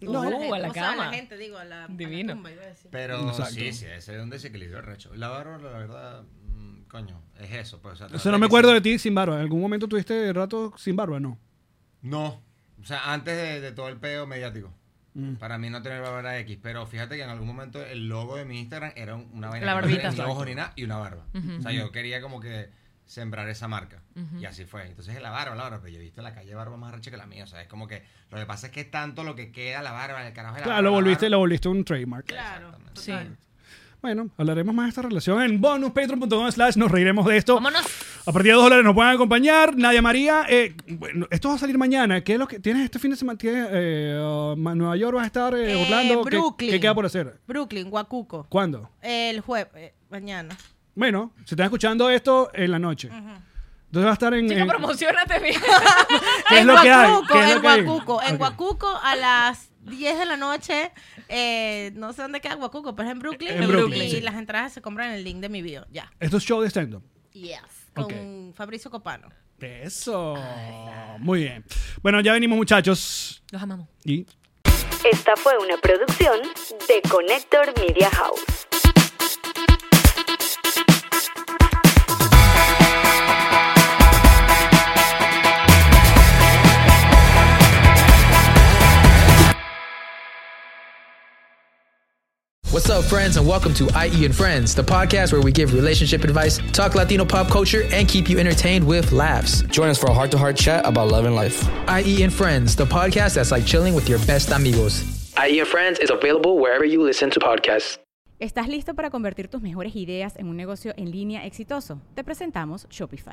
[SPEAKER 2] No,
[SPEAKER 4] a la,
[SPEAKER 2] uh,
[SPEAKER 4] gente,
[SPEAKER 2] a la
[SPEAKER 4] o sea, a
[SPEAKER 2] cama.
[SPEAKER 4] la gente, digo, a la, a la
[SPEAKER 2] Divino.
[SPEAKER 4] tumba, iba a decir.
[SPEAKER 7] Pero
[SPEAKER 3] Exacto.
[SPEAKER 7] sí, sí, ese es un desequilibrio recho. La barba, la verdad, mm, coño, es eso. Pues, o sea, la
[SPEAKER 3] O sea, no me
[SPEAKER 7] verdad que
[SPEAKER 3] acuerdo
[SPEAKER 7] sí.
[SPEAKER 3] de ti sin barba. ¿En algún momento tuviste rato sin barba? No.
[SPEAKER 7] No. O sea, antes de, de todo el peo mediático.
[SPEAKER 3] Mm.
[SPEAKER 7] Para mí no tener barba era X, pero fíjate que en algún momento el logo de mi Instagram era un- una vaina.
[SPEAKER 2] La
[SPEAKER 7] que no tenía
[SPEAKER 2] barbita.
[SPEAKER 7] Ni ojos ni nada y una barba. O sea, yo quería como que sembrar esa marca. Y así fue. Entonces la barba, la barba, pero yo he visto en la calle barba más recha que la mía. O sea, es como que lo que pasa es que es tanto lo que queda la barba, el carajo de la
[SPEAKER 3] Claro, lo
[SPEAKER 7] barba, la
[SPEAKER 3] volviste,
[SPEAKER 7] barba.
[SPEAKER 3] lo volviste un trademark.
[SPEAKER 4] Claro.
[SPEAKER 2] Sí.
[SPEAKER 4] total.
[SPEAKER 3] Bueno, hablaremos más de esta relación en bonus, patreon.com slash, nos reiremos de esto.
[SPEAKER 2] Vámonos.
[SPEAKER 3] A partir de dos dólares nos pueden acompañar. Nadia María, eh, bueno, esto va a salir mañana. ¿Qué es lo que tienes este fin de semana? ¿Tienes, eh, uh, ma- ¿Nueva York vas a estar? eh,
[SPEAKER 4] Eh,
[SPEAKER 3] ¿Orlando? ¿Qué-
[SPEAKER 4] Brooklyn.
[SPEAKER 3] ¿Qué, queda por hacer?
[SPEAKER 4] Brooklyn, Huacuco.
[SPEAKER 3] ¿Cuándo?
[SPEAKER 4] El jueves, eh, mañana.
[SPEAKER 3] Bueno, se está escuchando esto en la noche. Entonces va a estar en...
[SPEAKER 2] Chica,
[SPEAKER 3] en-
[SPEAKER 2] promocionate bien.
[SPEAKER 3] ¿Qué es
[SPEAKER 4] en
[SPEAKER 3] lo que hay?
[SPEAKER 4] Huacuco,
[SPEAKER 3] ¿Qué es
[SPEAKER 4] en
[SPEAKER 3] lo que hay?
[SPEAKER 4] Huacuco. En
[SPEAKER 3] Ok.
[SPEAKER 4] Huacuco a las 10 de la noche. eh, no sé dónde queda Huacuco, pero es en Brooklyn.
[SPEAKER 3] En Brooklyn,
[SPEAKER 4] Y
[SPEAKER 3] sí.
[SPEAKER 4] las entradas se compran en el link de mi video. Ya.
[SPEAKER 3] esto es show de stand-up.
[SPEAKER 4] Yes. Con
[SPEAKER 3] Ok.
[SPEAKER 4] Fabricio Copano.
[SPEAKER 3] Eso.
[SPEAKER 4] Ah,
[SPEAKER 3] Muy bien. Bueno, ya venimos muchachos.
[SPEAKER 2] Los amamos.
[SPEAKER 3] Y
[SPEAKER 1] Esta fue una producción de Connector Media House.
[SPEAKER 8] What's up, friends, and welcome to IE and Friends, the podcast where we give relationship advice, talk Latino pop culture, and keep you entertained with laughs.
[SPEAKER 6] Join us for a heart to heart chat about love and life.
[SPEAKER 8] IE and Friends, the podcast that's like chilling with your best amigos. IE and Friends is available wherever you listen to podcasts.
[SPEAKER 9] ¿Estás listo para convertir tus mejores ideas en un negocio en línea exitoso? Te presentamos Shopify.